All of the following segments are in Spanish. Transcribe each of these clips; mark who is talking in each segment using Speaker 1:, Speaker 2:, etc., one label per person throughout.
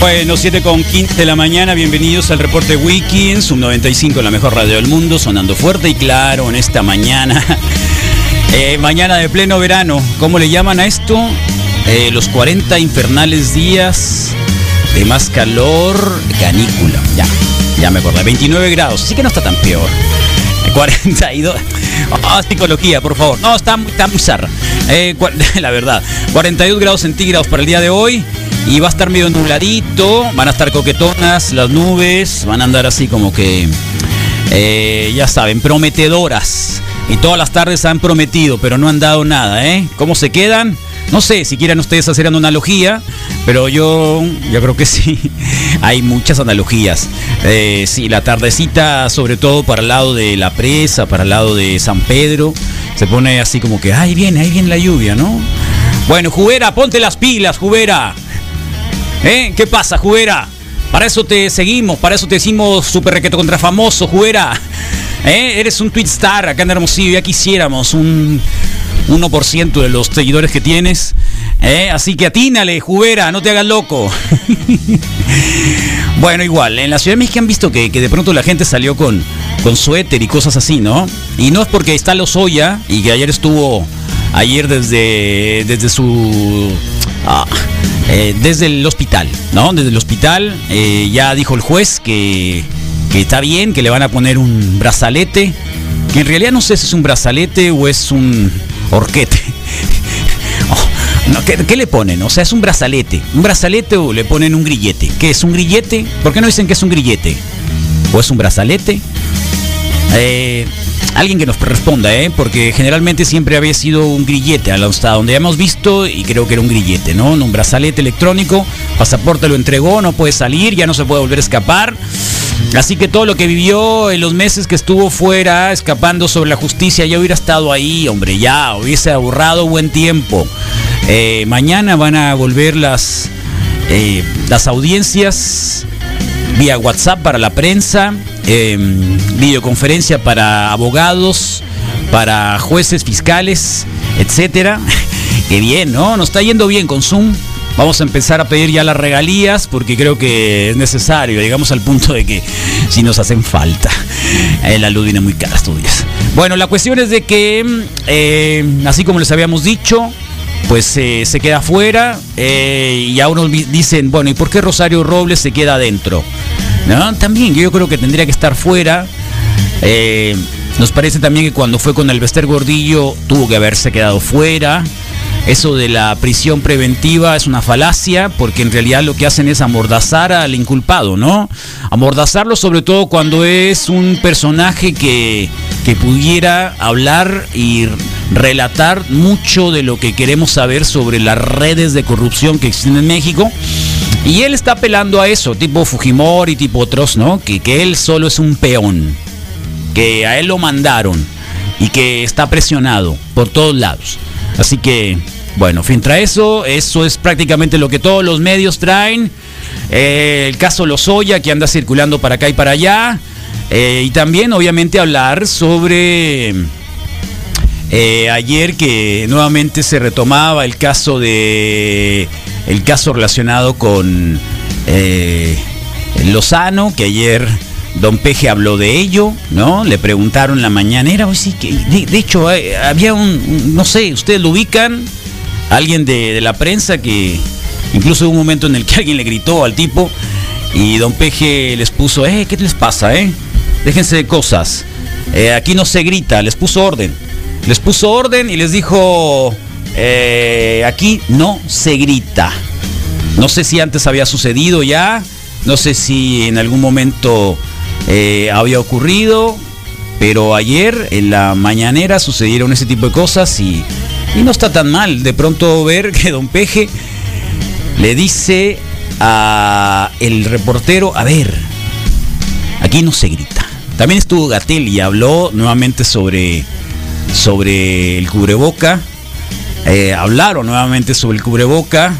Speaker 1: Bueno, 7 con 15 de la mañana, bienvenidos al reporte Wiki en Sub 95, la mejor radio del mundo, sonando fuerte y claro en esta mañana. Eh, mañana de pleno verano, ¿cómo le llaman a esto? Eh, los 40 infernales días de más calor, canícula, ya, ya me acordé, 29 grados, así que no está tan peor. 42. Ah, psicología, por favor. No, está, muy- está muy zarra. Eh, cua- la verdad. 42 grados centígrados para el día de hoy. Y va a estar medio nubladito. Van a estar coquetonas las nubes. Van a andar así como que. eh, ya saben, prometedoras. Y todas las tardes han prometido, pero no han dado nada, ¿eh? ¿Cómo se quedan? No sé si quieran ustedes hacer una analogía, pero yo, yo creo que sí. Hay muchas analogías. Eh, sí, la tardecita, sobre todo para el lado de la presa, para el lado de San Pedro, se pone así como que, ahí viene, ahí viene la lluvia, ¿no? Bueno, Jubera, ponte las pilas, Jubera. ¿Eh? ¿Qué pasa, Jubera? Para eso te seguimos, para eso te decimos super requeto contra famoso, Jubera. ¿Eh? Eres un tweet star acá en Hermosillo, ya quisiéramos un 1% de los seguidores que tienes. ¿eh? Así que atínale, Jubera, no te hagas loco. Bueno, igual, en la Ciudad de México han visto que, que de pronto la gente salió con, con suéter y cosas así, ¿no? Y no es porque está Lozoya y que ayer estuvo, ayer desde, desde su... ah, eh, desde el hospital, ¿no? Desde el hospital eh, ya dijo el juez que, que está bien, que le van a poner un brazalete, que en realidad no sé si es un brazalete o es un horquete. Oh, no, ¿qué, qué le ponen? O sea, es un brazalete. ¿Un brazalete o le ponen un grillete? ¿Qué es un grillete? ¿Por qué no dicen que es un grillete? ¿O es un brazalete? Eh, alguien que nos responda, ¿eh? Porque generalmente siempre había sido un grillete al- hasta donde ya hemos visto y creo que era un grillete, ¿no? Un brazalete electrónico, pasaporte lo entregó, no puede salir, ya no se puede volver a escapar. Así que todo lo que vivió en los meses que estuvo fuera, escapando sobre la justicia, ya hubiera estado ahí, hombre, ya hubiese ahorrado buen tiempo. Eh, mañana van a volver las, eh, las audiencias vía WhatsApp para la prensa, eh, videoconferencia para abogados, para jueces fiscales, etcétera. Qué bien, ¿no? Nos está yendo bien con Zoom. Vamos a empezar a pedir ya las regalías porque creo que es necesario. Llegamos al punto de que si nos hacen falta. Eh, la luz viene muy cara estos días. Bueno, la cuestión es de que, eh, así como les habíamos dicho, pues eh, se queda afuera eh, y a unos vi- dicen, bueno, ¿y por qué Rosario Robles se queda adentro? ¿No? También yo creo que tendría que estar fuera. Eh, nos parece también que cuando fue con el Bester Gordillo tuvo que haberse quedado fuera. Eso de la prisión preventiva es una falacia porque en realidad lo que hacen es amordazar al inculpado, ¿no? Amordazarlo sobre todo cuando es un personaje que, que pudiera hablar y relatar mucho de lo que queremos saber sobre las redes de corrupción que existen en México. Y él está apelando a eso, tipo Fujimori, tipo otros, ¿no? Que, que él solo es un peón que a él lo mandaron y que está presionado por todos lados. Así que, bueno, fin trae eso, eso es prácticamente lo que todos los medios traen. Eh, el caso Lozoya que anda circulando para acá y para allá. Eh, y también, obviamente, hablar sobre eh, ayer que nuevamente se retomaba el caso de el caso relacionado con eh, Lozano, que ayer Don Peje habló de ello, ¿no? Le preguntaron la mañanera, hoy sí que de, de hecho eh, había un, un- no sé, ustedes lo ubican, alguien de, de la prensa que incluso hubo un momento en el que alguien le gritó al tipo y Don Peje les puso, eh, ¿qué les pasa, eh? Déjense de cosas. Eh, aquí no se grita, les puso orden. Les puso orden y les dijo, eh, aquí no se grita. No sé si antes había sucedido ya, no sé si en algún momento eh, había ocurrido, pero ayer en la mañanera sucedieron ese tipo de cosas y, y no está tan mal de pronto ver que Don Peje le dice a el reportero, a ver, aquí no se grita. También estuvo Gatel y habló nuevamente sobre, sobre el cubreboca. Eh, hablaron nuevamente sobre el cubreboca.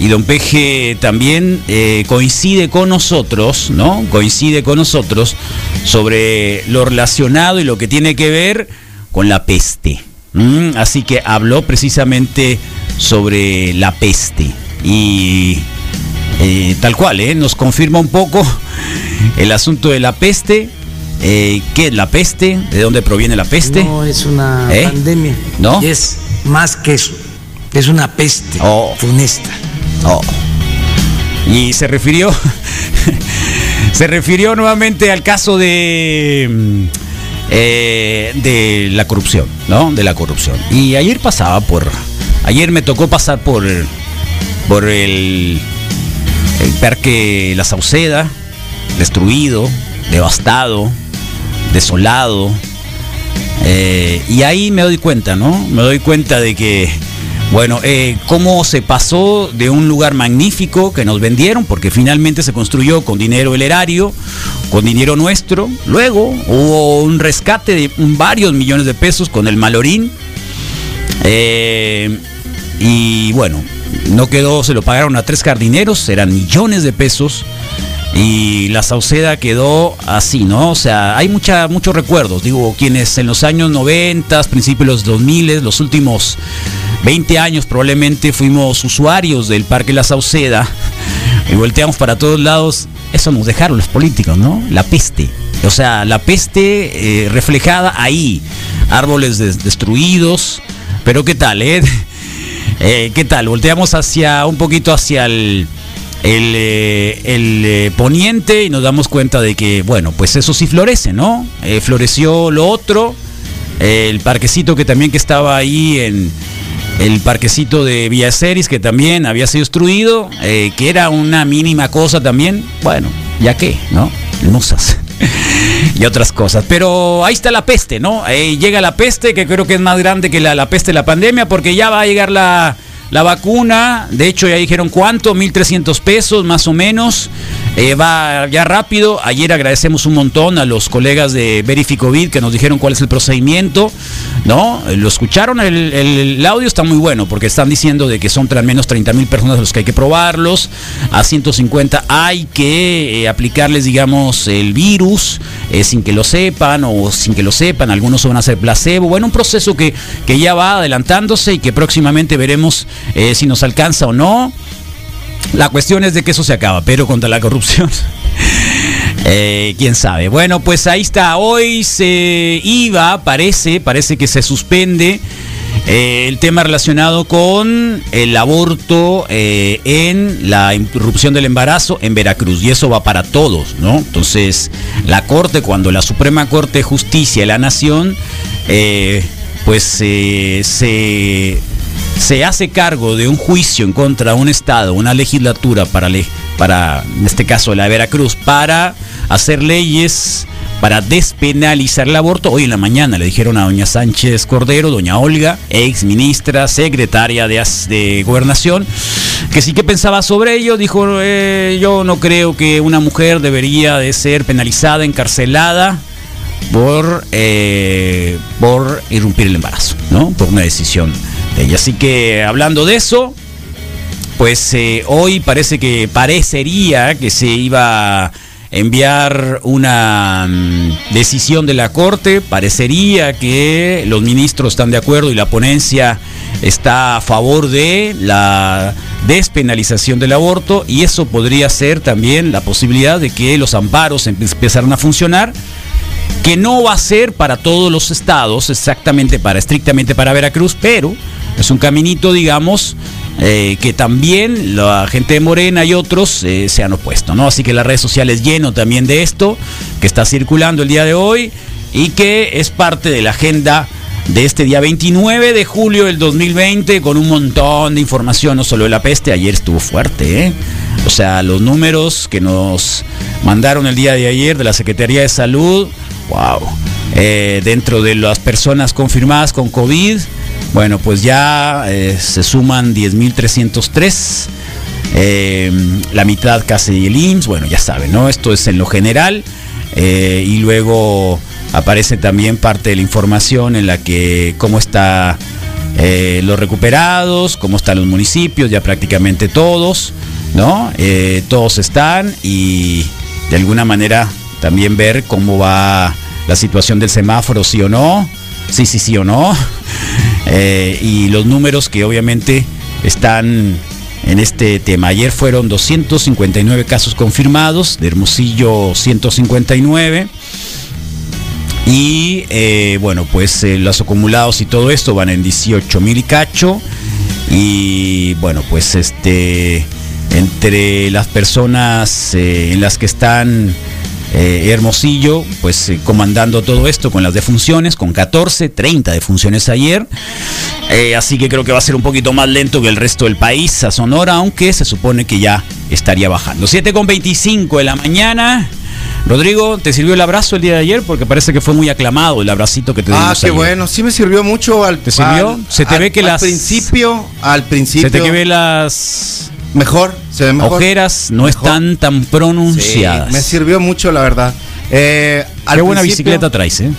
Speaker 1: Y don Peje también eh, coincide con nosotros, ¿no? Coincide con nosotros sobre lo relacionado y lo que tiene que ver con la peste. Mm, así que habló precisamente sobre la peste. Y eh, tal cual, ¿eh? nos confirma un poco el asunto de la peste. Eh, ¿Qué es la peste? ¿De dónde proviene la peste?
Speaker 2: No es una
Speaker 1: ¿Eh?
Speaker 2: pandemia.
Speaker 1: ¿No?
Speaker 2: Y es más que eso. Es una peste
Speaker 1: Oh.
Speaker 2: funesta.
Speaker 1: Oh. Y se refirió, se refirió nuevamente al caso de, mm, eh, de la corrupción, ¿no? De la corrupción. Y ayer pasaba por, ayer me tocó pasar por, por el, el parque La Sauceda, destruido, devastado, desolado. Eh, y ahí me doy cuenta, ¿no? Me doy cuenta de que, bueno, eh, cómo se pasó de un lugar magnífico que nos vendieron, porque finalmente se construyó con dinero del erario, con dinero nuestro. Luego hubo un rescate de varios millones de pesos con el Malorín. Eh, y bueno, no quedó, se lo pagaron a tres jardineros, eran millones de pesos. Y la Sauceda quedó así, ¿no? O sea, hay mucha, muchos recuerdos. Digo, quienes en los años 90, principios de los 2000, los últimos 20 años probablemente fuimos usuarios del Parque La Sauceda y volteamos para todos lados. Eso nos dejaron los políticos, ¿no? La peste. O sea, la peste eh, reflejada ahí. Árboles des- destruidos. Pero ¿qué tal, eh? Eh, ¿Qué tal? Volteamos hacia un poquito hacia el, el, eh, el, eh, poniente y nos damos cuenta de que, bueno, pues eso sí florece, ¿no? Eh, floreció lo otro, eh, el parquecito que también que estaba ahí en el parquecito de Villaceris, que también había sido destruido, eh, que era una mínima cosa también, bueno, ya que, ¿no? Musas. Y otras cosas. Pero ahí está la peste, ¿no? Eh, llega la peste, que creo que es más grande que la, la peste de la pandemia, porque ya va a llegar la, la vacuna. De hecho, ya dijeron cuánto, 1.300 pesos más o menos. Eh, va ya rápido. Ayer agradecemos un montón a los colegas de Verificovid que nos dijeron cuál es el procedimiento, ¿no? Eh, Lo escucharon, el, el- el audio está muy bueno, porque están diciendo de que son al menos 30.000 personas los que hay que probarlos. A 150 hay que eh, aplicarles, digamos, el virus eh, sin que lo sepan o sin que lo sepan. Algunos van a hacer placebo. Bueno, un proceso que, que ya va adelantándose y que próximamente veremos eh, si nos alcanza o no. La cuestión es de que eso se acaba, pero contra la corrupción. Eh, quién sabe. Bueno, pues ahí está. Hoy se iba, parece, parece que se suspende eh, el tema relacionado con el aborto eh, en la interrupción del embarazo en Veracruz. Y eso va para todos, ¿no? Entonces, la Corte, cuando la Suprema Corte de Justicia de la Nación, eh, pues eh, se se hace cargo de un juicio en contra de un Estado, una legislatura para, le- para en este caso la de Veracruz, para hacer leyes para despenalizar el aborto. Hoy en la mañana le dijeron a doña Sánchez Cordero, doña Olga, ex ministra, secretaria de, as- de gobernación, que sí que pensaba sobre ello. Dijo, "Eh, yo no creo que una mujer debería de ser penalizada, encarcelada por, eh, por irrumpir el embarazo, ¿no? Por una decisión de ella. Así que hablando de eso, pues eh, hoy parece que parecería que se iba a enviar una mm, decisión de la Corte, parecería que los ministros están de acuerdo y la ponencia está a favor de la despenalización del aborto y eso podría ser también la posibilidad de que los amparos empe- empezaran a funcionar que no va a ser para todos los estados, exactamente para, estrictamente para Veracruz, pero es un caminito, digamos, eh, que también la gente de Morena y otros eh, se han opuesto, ¿no? Así que las redes sociales lleno también de esto, que está circulando el día de hoy y que es parte de la agenda de este día 29 de julio del 2020 con un montón de información, no solo de la peste, ayer estuvo fuerte, ¿eh? O sea, los números que nos mandaron el día de ayer de la Secretaría de Salud, wow, Eh, dentro de las personas confirmadas con COVID, bueno, pues ya eh, se suman 10.303. eh, la mitad casi el IMSS, bueno, ya saben, ¿no? Esto es en lo general. eh, y luego aparece también parte de la información en la que cómo está eh, los recuperados, cómo están los municipios, ya prácticamente todos, ¿no? Eh, todos están y de alguna manera también ver cómo va la situación del semáforo, sí o no, sí, sí, sí o no, Eh, y los números que obviamente están en este tema. Ayer fueron 259 casos confirmados, de Hermosillo 159. Y eh, bueno, pues eh, los acumulados y todo esto van en 18 mil y cacho. Y bueno, pues este, entre las personas eh, en las que están eh, Hermosillo, pues eh, comandando todo esto con las defunciones, con 14, 30 defunciones ayer. Eh, así que creo que va a ser un poquito más lento que el resto del país a Sonora, aunque se supone que ya estaría bajando. 7 con 25 de la mañana. Rodrigo, ¿te sirvió el abrazo el día de ayer? Porque parece que fue muy aclamado el abracito que te dimos.
Speaker 3: Ah, qué
Speaker 1: ayer.
Speaker 3: bueno. Sí me sirvió mucho al.
Speaker 1: ¿Te sirvió?
Speaker 3: al-
Speaker 1: Se te
Speaker 3: al-
Speaker 1: ve que
Speaker 3: al
Speaker 1: las-
Speaker 3: principio, al principio.
Speaker 1: Se te que ve las
Speaker 3: Mejor, se ve mejor.
Speaker 1: ojeras, no
Speaker 3: Mejor.
Speaker 1: están tan
Speaker 3: Sí,
Speaker 1: pronunciadas.
Speaker 3: me sirvió mucho, la verdad. Eh, al
Speaker 1: Qué buena
Speaker 3: principio-
Speaker 1: bicicleta traes, ¿eh?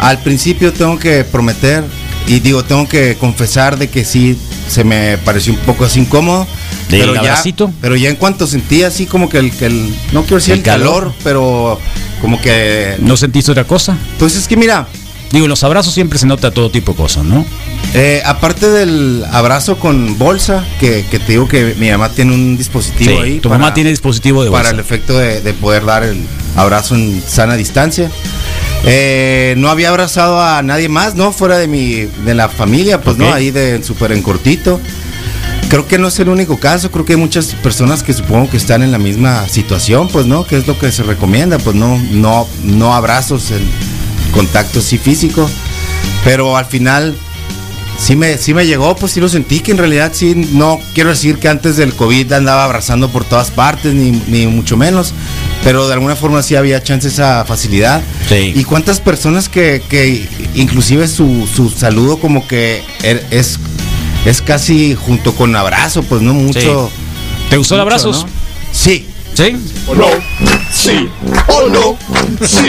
Speaker 3: Al principio tengo que prometer y digo, tengo que confesar de que sí se me pareció un poco así incómodo.
Speaker 1: ¿Del
Speaker 3: Pero ya,
Speaker 1: abracito?
Speaker 3: pero ya en cuanto sentí así como que el, que el no quiero decir
Speaker 1: El
Speaker 3: el, calor,
Speaker 1: calor.
Speaker 3: pero como que
Speaker 1: ¿No sentiste otra cosa?
Speaker 3: entonces es que mira,
Speaker 1: Digo, en los abrazos siempre se nota todo tipo de cosas, ¿no?
Speaker 3: eh, aparte del abrazo con bolsa que, que te digo que mi mamá tiene un dispositivo
Speaker 1: Sí,
Speaker 3: ahí
Speaker 1: tu mamá tiene dispositivo de
Speaker 3: para
Speaker 1: bolsa.
Speaker 3: el efecto de, de poder dar el abrazo en sana distancia. Eh, no había abrazado a nadie más, ¿no? Fuera de mi, de la familia, pues
Speaker 1: Ok.
Speaker 3: no, ahí de súper en cortito. Creo que no es el único caso, creo que hay muchas personas que supongo que están en la misma situación, pues no, que es lo que se recomienda, pues no, no, no abrazos, el contacto sí físico. Pero al final Sí me, sí me llegó, pues sí lo sentí, que en realidad sí, no quiero decir que antes del COVID andaba abrazando por todas partes, ni, ni mucho menos, pero de alguna forma sí había chance esa facilidad.
Speaker 1: Sí.
Speaker 3: Y cuántas personas que, que inclusive su, su saludo como que er- es, es casi junto con abrazo, pues no mucho.
Speaker 1: ¿Te gustó el
Speaker 3: mucho,
Speaker 1: abrazo?
Speaker 3: ¿no? Sí,
Speaker 1: ¿Sí?
Speaker 4: o no, sí o no, sí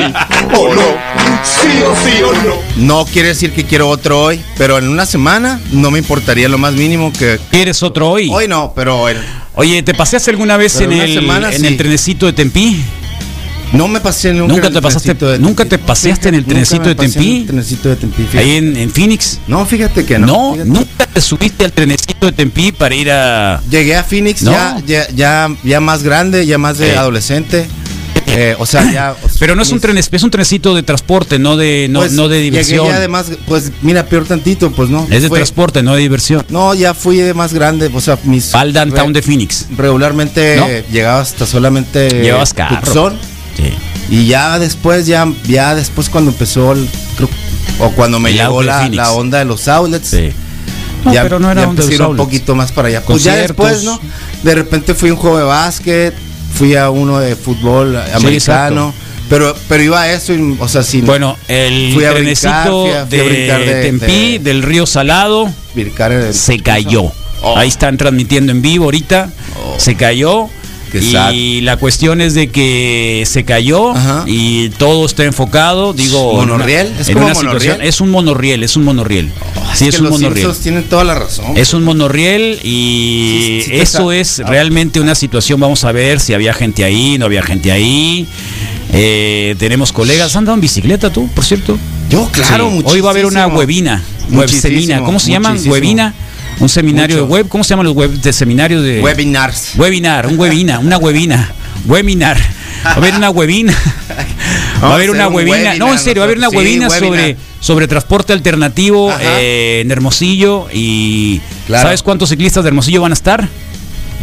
Speaker 4: o no, sí o sí o no.
Speaker 3: no quiere decir que quiero otro hoy, pero en una semana no me importaría lo más mínimo que...
Speaker 1: ¿Quieres otro hoy?
Speaker 3: Hoy no, pero el-
Speaker 1: Oye, ¿te paseaste alguna vez
Speaker 3: Pero
Speaker 1: en
Speaker 3: una
Speaker 1: el,
Speaker 3: semana
Speaker 1: en el
Speaker 3: sí.
Speaker 1: trenecito de Tempi?
Speaker 3: no me pasé nunca,
Speaker 1: Nunca
Speaker 3: en el
Speaker 1: te pasaste-
Speaker 3: trencito de
Speaker 1: nunca te
Speaker 3: Tempi.
Speaker 1: paseaste en el
Speaker 3: Nunca me
Speaker 1: trencito de
Speaker 3: pasé en el
Speaker 1: Tempi.
Speaker 3: trencito de Tempi, fíjate.
Speaker 1: Ahí en, en Phoenix.
Speaker 3: No, fíjate que no.
Speaker 1: No,
Speaker 3: Fíjate.
Speaker 1: nunca te subiste al trenecito de Tempi para ir a.
Speaker 3: Llegué a Phoenix
Speaker 1: No.
Speaker 3: ya, ya, ya, ya más grande, ya más de
Speaker 1: Sí.
Speaker 3: adolescente. Eh, o sea, ya.
Speaker 1: Pero no es un tren, es un trenecito de transporte, no de, no,
Speaker 3: pues,
Speaker 1: no de
Speaker 3: Llegué
Speaker 1: diversión.
Speaker 3: ya de más, pues mira, peor tantito, pues no.
Speaker 1: Es de
Speaker 3: Fue-
Speaker 1: transporte, no de diversión.
Speaker 3: No, ya fui de más grande, o sea, mis.
Speaker 1: Al downtown
Speaker 3: re-
Speaker 1: de Phoenix.
Speaker 3: Regularmente
Speaker 1: ¿No?
Speaker 3: llegaba hasta solamente.
Speaker 1: Llevabas carro.
Speaker 3: Tucson,
Speaker 1: Sí.
Speaker 3: y ya después, ya, ya después cuando empezó el. creo- o cuando me
Speaker 1: El
Speaker 3: llegó
Speaker 1: auge de
Speaker 3: la,
Speaker 1: Phoenix.
Speaker 3: la onda de los outlets.
Speaker 1: sí. No,
Speaker 3: ya,
Speaker 1: pero no era
Speaker 3: ya
Speaker 1: donde
Speaker 3: empecé a ir
Speaker 1: los
Speaker 3: un
Speaker 1: outlets.
Speaker 3: poquito más para allá. Pues ya
Speaker 1: Conciertos.
Speaker 3: después, ¿no? De repente fui a un juego de básquet, fui a uno de fútbol americano, pero pero iba a eso, y, o sea, sin
Speaker 1: Bueno, el
Speaker 3: Fui a brincar,
Speaker 1: trenecito
Speaker 3: fui a- fui a brincar
Speaker 1: de
Speaker 3: de-
Speaker 1: Tempi,
Speaker 3: de-
Speaker 1: del río Salado,
Speaker 3: vircar el-
Speaker 1: se cayó.
Speaker 3: Oh.
Speaker 1: Ahí están transmitiendo en vivo ahorita.
Speaker 3: Oh.
Speaker 1: Se cayó.
Speaker 3: Qué
Speaker 1: y
Speaker 3: sad.
Speaker 1: la cuestión es de que se cayó
Speaker 3: Ajá.
Speaker 1: y todo está enfocado, digo, en una-
Speaker 3: ¿Monorriel? ¿Es
Speaker 1: en
Speaker 3: como
Speaker 1: una
Speaker 3: monorriel? Oh,
Speaker 1: situación- es un monorriel, es un monorriel.
Speaker 3: Es
Speaker 1: sí, es
Speaker 3: que
Speaker 1: un
Speaker 3: los
Speaker 1: monorriel.
Speaker 3: Simpsons tienen toda la razón.
Speaker 1: Es un monorriel y
Speaker 3: Sí, sí, sí,
Speaker 1: eso es
Speaker 3: está- ah.
Speaker 1: realmente una situación. Vamos a ver si había gente ahí, no había gente ahí. Eh, tenemos colegas. ¿Has andado en bicicleta tú, por cierto?
Speaker 3: Yo, claro,
Speaker 1: Sí. Hoy va a haber una
Speaker 3: muchísimo.
Speaker 1: webina,
Speaker 3: Muchísimo,
Speaker 1: websemina. ¿Cómo se llaman?
Speaker 3: muchísimo.
Speaker 1: Webina. Un seminario
Speaker 3: Mucho.
Speaker 1: de web. ¿Cómo se llaman los web de seminario de
Speaker 3: Webinars.
Speaker 1: Webinar, un webina, una webina, webinar. Va a haber una webina. Va a haber
Speaker 3: Vamos a
Speaker 1: una
Speaker 3: hacer un
Speaker 1: webina.
Speaker 3: webinar
Speaker 1: No, en serio, va a haber una
Speaker 3: nosotros. Sí,
Speaker 1: webina sobre,
Speaker 3: webinar.
Speaker 1: sobre transporte alternativo
Speaker 3: Ajá.
Speaker 1: eh, en Hermosillo. Y
Speaker 3: Claro.
Speaker 1: ¿sabes cuántos ciclistas de Hermosillo van a estar?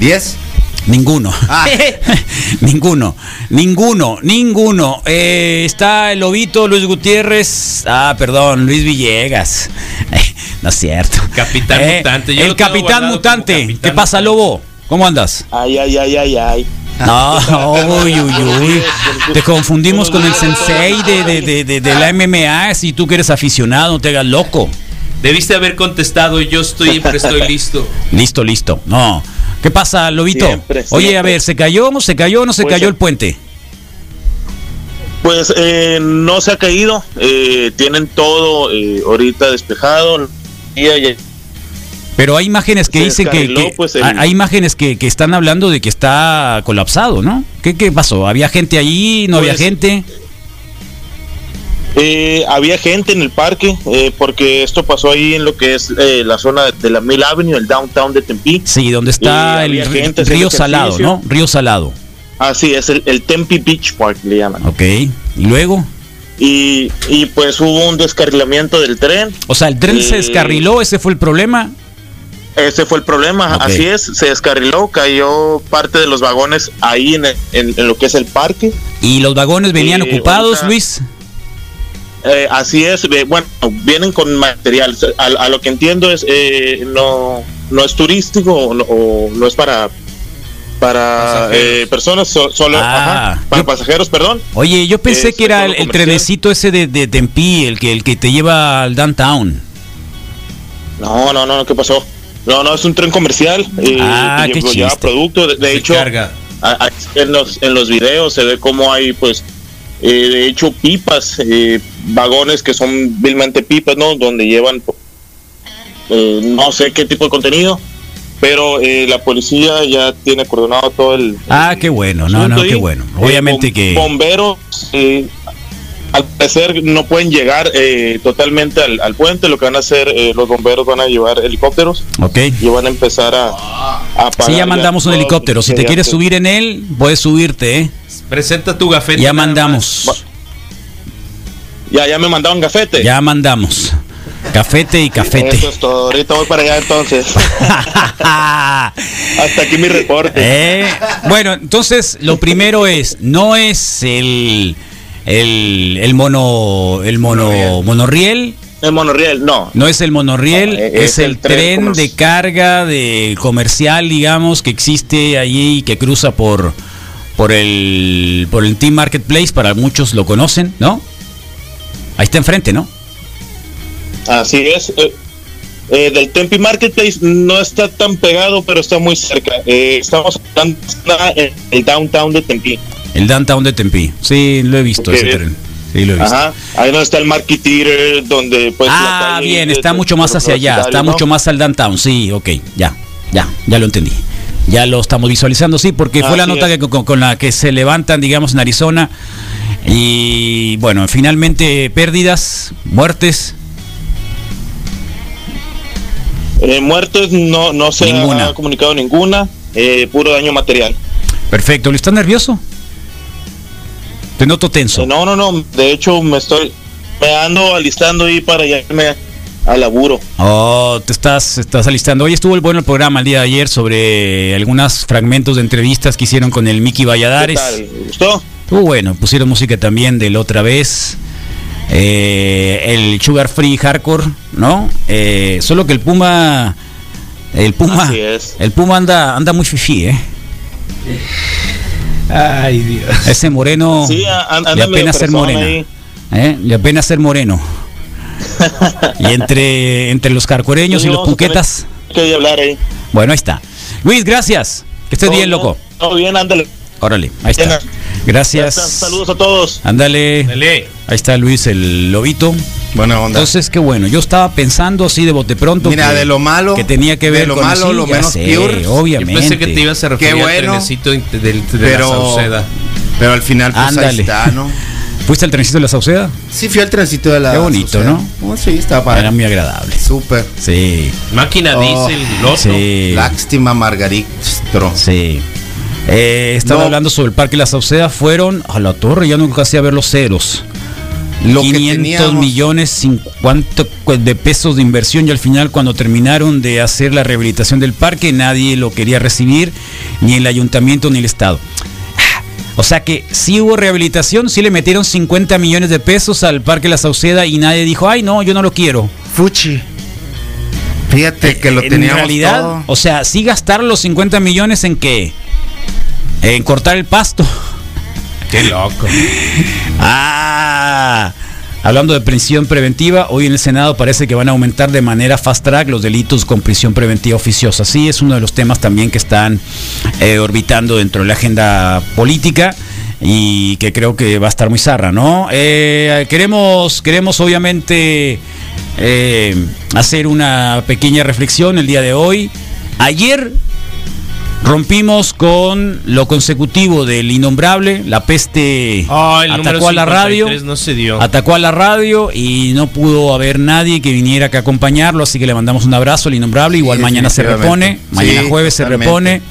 Speaker 3: ¿Diez?
Speaker 1: Ninguno.
Speaker 3: Ah.
Speaker 1: ninguno. Ninguno. Ninguno. Eh, está el lobito Luis Gutiérrez. Ah, perdón, Luis Villegas. Eh, no es cierto. Eh,
Speaker 5: Capitán Mutante, yo
Speaker 1: el
Speaker 5: lo tengo
Speaker 1: Capitán
Speaker 5: guardado como
Speaker 1: Mutante.
Speaker 5: Capitán
Speaker 1: ¿Qué pasa,
Speaker 5: Mutante.
Speaker 1: Lobo? ¿Cómo andas?
Speaker 4: Ay, ay, ay, ay, ay.
Speaker 1: No, uy, uy, uy. Te confundimos con el sensei de, de, de- de- de la MMA. Si tú que eres aficionado, no te hagas loco.
Speaker 5: Debiste haber contestado, yo estoy, pero estoy listo.
Speaker 1: Listo, listo. No. ¿Qué pasa, Lobito?
Speaker 4: Siempre,
Speaker 1: Oye,
Speaker 4: siempre.
Speaker 1: a ver, ¿se cayó o se cayó o no se
Speaker 4: Pues,
Speaker 1: cayó
Speaker 4: eh,
Speaker 1: el puente?
Speaker 4: Pues eh, no se ha caído, eh, tienen todo eh, ahorita despejado. Y, ay,
Speaker 1: Pero hay imágenes que
Speaker 4: Se
Speaker 1: dicen que,
Speaker 4: descarriló,
Speaker 1: que-
Speaker 4: pues, el-
Speaker 1: hay hay imágenes que, que están hablando de que está colapsado, ¿no? ¿Qué, qué pasó? ¿Había gente ahí? ¿No había
Speaker 4: Pues,
Speaker 1: gente?
Speaker 4: Eh, había gente en el parque, eh, porque esto pasó ahí en lo que es eh, la zona de la Mill Avenue, el downtown de Tempi.
Speaker 1: Sí, donde
Speaker 4: y
Speaker 1: está el
Speaker 4: había gente
Speaker 1: ri-
Speaker 4: haciendo
Speaker 1: río Salado,
Speaker 4: ejercicio.
Speaker 1: ¿no? Río Salado.
Speaker 4: Así es, el, el Tempe Beach Park le llaman.
Speaker 1: Ok. ¿Y luego?
Speaker 4: Y, y pues hubo un descarrilamiento del tren.
Speaker 1: O sea, el tren se
Speaker 4: Eh,
Speaker 1: descarriló, ese fue el problema.
Speaker 4: Ese fue el problema,
Speaker 1: Ok.
Speaker 4: así es, se descarriló, cayó parte de los vagones ahí en, el- en- en lo que es el parque.
Speaker 1: ¿Y los vagones venían
Speaker 4: Eh,
Speaker 1: ocupados,
Speaker 4: ahorita-
Speaker 1: Luis?
Speaker 4: Eh, así es, eh, bueno, vienen con material, a, a lo que entiendo es, eh, no, no es turístico o no, o no es para para eh, personas, so- solo
Speaker 1: Ah.
Speaker 4: ajá, para
Speaker 1: Yo-
Speaker 4: pasajeros, perdón.
Speaker 1: Oye, yo pensé
Speaker 4: es
Speaker 1: que era
Speaker 4: todo
Speaker 1: el, el
Speaker 4: comercial.
Speaker 1: trenecito ese de, de Tempi, el que, el que te lleva al downtown.
Speaker 4: No, no, no, no, ¿qué pasó? No, no, es un tren comercial. Eh,
Speaker 1: Ah,
Speaker 4: que
Speaker 1: qué
Speaker 4: lleva- lleva
Speaker 1: chiste.
Speaker 4: producto. De, de
Speaker 5: De
Speaker 4: hecho,
Speaker 5: carga.
Speaker 4: a- a- en, los, en los videos se ve cómo hay, pues, eh, de hecho, pipas, eh, vagones que son vilmente pipas, ¿no? Donde llevan, eh, no sé qué tipo de contenido, pero eh, la policía ya tiene coordinado todo el.
Speaker 1: Ah,
Speaker 4: el
Speaker 1: qué bueno, no, no,
Speaker 4: asunto
Speaker 1: qué
Speaker 4: ahí.
Speaker 1: bueno.
Speaker 4: Eh,
Speaker 1: Obviamente
Speaker 4: bom-
Speaker 1: que...
Speaker 4: Bomberos, eh, al parecer, no pueden llegar eh, totalmente al, al puente. Lo que van a hacer, eh, los bomberos van a llevar helicópteros
Speaker 1: Ok.
Speaker 4: y van a empezar a, a
Speaker 1: Sí,
Speaker 4: apagar
Speaker 1: ya mandamos un
Speaker 4: todo
Speaker 1: helicóptero. Si te quieres
Speaker 4: mediante-
Speaker 1: subir en él, puedes subirte, ¿eh?
Speaker 5: Presenta tu gafete.
Speaker 1: Ya
Speaker 5: nada
Speaker 1: mandamos.
Speaker 4: Ya, ya me mandaron gafete.
Speaker 1: Ya mandamos. Cafete y
Speaker 4: Eso
Speaker 1: cafete.
Speaker 4: es todo. Ahorita voy para allá entonces. Hasta aquí mi reporte.
Speaker 1: Eh, Bueno, entonces lo primero es, no es el el, el mono el mono monorriel,
Speaker 4: El monorriel, no.
Speaker 1: no es el monorriel,
Speaker 4: No, eh,
Speaker 1: es, el, tren
Speaker 4: comerci-
Speaker 1: de carga de comercial, digamos, que existe allí y que cruza por por el por el Team Marketplace, para muchos lo conocen, ¿no? Ahí está enfrente, ¿no?
Speaker 4: Así es. eh, eh, del Tempi Marketplace no está tan pegado, pero está muy cerca. Eh, estamos tan- está en el downtown de Tempi.
Speaker 1: El downtown de Tempi. Sí, lo he visto
Speaker 4: Ok.
Speaker 1: ese tren. Sí, lo he visto.
Speaker 4: Ajá. Ahí donde está el Market Theater, donde pues. la
Speaker 1: ah,
Speaker 4: calle
Speaker 1: bien,
Speaker 4: de-
Speaker 1: está
Speaker 4: de-
Speaker 1: mucho más
Speaker 4: de-
Speaker 1: hacia allá, está
Speaker 4: ¿no?
Speaker 1: mucho más al downtown. Sí, ok, ya, ya, ya lo entendí. Ya lo estamos visualizando, sí, porque fue la
Speaker 4: Así
Speaker 1: nota
Speaker 4: es.
Speaker 1: que, con, con la que se levantan, digamos, en Arizona. Y bueno, finalmente pérdidas, muertes.
Speaker 4: Eh, muertes no, no se
Speaker 1: Ninguna.
Speaker 4: ha comunicado ninguna. eh, puro daño material.
Speaker 1: Perfecto, ¿lo estás nervioso? Te noto tenso.
Speaker 4: Eh, No, no, no. De hecho, me estoy. Me ando alistando y para irme al laburo.
Speaker 1: Oh, te estás, estás alistando. Hoy estuvo el bueno el programa el día de ayer sobre algunos fragmentos de entrevistas que hicieron con el Mickey
Speaker 4: ¿Qué
Speaker 1: Valladares.
Speaker 4: tal? ¿Gustó?
Speaker 1: Estuvo bueno, pusieron música también del otra vez. eh, el Sugar Free Hardcore, ¿no? Eh, solo que el Puma. El Puma.
Speaker 4: Así es.
Speaker 1: El Puma anda, anda muy fifí, ¿eh?
Speaker 5: Ay, Dios.
Speaker 1: Ese moreno.
Speaker 4: Sí, a- an-
Speaker 1: le
Speaker 4: anda medio
Speaker 1: apena ser
Speaker 4: fresón
Speaker 1: moreno.
Speaker 4: ahí.
Speaker 1: ¿eh? Le apena ser moreno. y entre, entre los carcoreños
Speaker 4: Sí,
Speaker 1: y los
Speaker 4: vamos a tener
Speaker 1: punquetas.
Speaker 4: Que hablar ahí.
Speaker 1: Bueno, ahí está. Luis, gracias. Que estés
Speaker 4: Todo
Speaker 1: bien, loco.
Speaker 4: Todo bien, ándale.
Speaker 1: Órale, ahí está.
Speaker 4: Venga.
Speaker 1: Gracias.
Speaker 4: Saludos a todos.
Speaker 1: Ándale.
Speaker 5: Dale.
Speaker 1: Ahí está Luis, el lobito.
Speaker 3: Buena onda.
Speaker 1: Entonces, qué bueno. Yo estaba pensando así de bote pronto.
Speaker 3: Mira,
Speaker 1: que,
Speaker 3: de lo malo,
Speaker 1: Que tenía que
Speaker 3: de
Speaker 1: ver
Speaker 3: lo
Speaker 1: con
Speaker 3: malo,
Speaker 1: sí,
Speaker 3: lo
Speaker 1: ya
Speaker 3: menos
Speaker 1: sé,
Speaker 3: peor.
Speaker 5: Yo
Speaker 1: Obviamente.
Speaker 5: pensé que te ibas a
Speaker 3: Qué
Speaker 5: referir
Speaker 3: bueno.
Speaker 5: al trenecito in- del, de la
Speaker 3: pero,
Speaker 5: Sauceda.
Speaker 3: pero al final, pues ahí
Speaker 1: Ándale.
Speaker 3: está, ¿no?
Speaker 1: ¿Fuiste al trencito de la Sauceda?
Speaker 3: Sí, fui al trencito de la.
Speaker 1: Qué bonito,
Speaker 3: Azucena.
Speaker 1: ¿no?
Speaker 3: Oh, sí, estaba
Speaker 1: Era
Speaker 3: para.
Speaker 1: muy agradable.
Speaker 3: Súper.
Speaker 1: Sí.
Speaker 5: Máquina
Speaker 3: Oh,
Speaker 5: diésel, loco.
Speaker 1: Sí.
Speaker 3: Lástima, Margarit Strong.
Speaker 1: Sí. Eh, estaban
Speaker 3: No.
Speaker 1: hablando sobre el Parque La Sauceda. Fueron a la torre. Ya no alcancé a ver los ceros.
Speaker 3: Lo que
Speaker 1: 500
Speaker 3: teníamos-
Speaker 1: millones cin- cuánto cu- de pesos de inversión y al final cuando terminaron de hacer la rehabilitación del parque nadie lo quería recibir, ni el ayuntamiento ni el Estado. O sea que sí hubo rehabilitación, sí le metieron 50 millones de pesos al Parque La Sauceda y nadie dijo, ay no, yo no lo quiero.
Speaker 3: Fuchi. Fíjate que lo
Speaker 1: en
Speaker 3: teníamos
Speaker 1: realidad,
Speaker 3: todo.
Speaker 1: o sea, sí gastaron los 50 millones en qué? En cortar el pasto.
Speaker 3: Qué loco.
Speaker 1: Ah, hablando de prisión preventiva, hoy en el Senado parece que van a aumentar de manera fast track los delitos con prisión preventiva oficiosa. Sí, es uno de los temas también que están eh, orbitando dentro de la agenda política. Y que creo que va a estar muy zarra, ¿no? Eh, queremos, queremos obviamente eh, hacer una pequeña reflexión el día de hoy. Ayer Rompimos con lo consecutivo del innombrable, la peste
Speaker 5: Ah, el
Speaker 1: atacó
Speaker 5: número
Speaker 1: a la radio,
Speaker 5: 53 no se dio.
Speaker 1: atacó a la radio y no pudo haber nadie que viniera que acompañarlo, así que le mandamos un abrazo al innombrable, igual
Speaker 3: Sí,
Speaker 1: mañana se repone,
Speaker 3: definitivamente.
Speaker 1: mañana
Speaker 3: Sí,
Speaker 1: jueves
Speaker 3: totalmente.
Speaker 1: se repone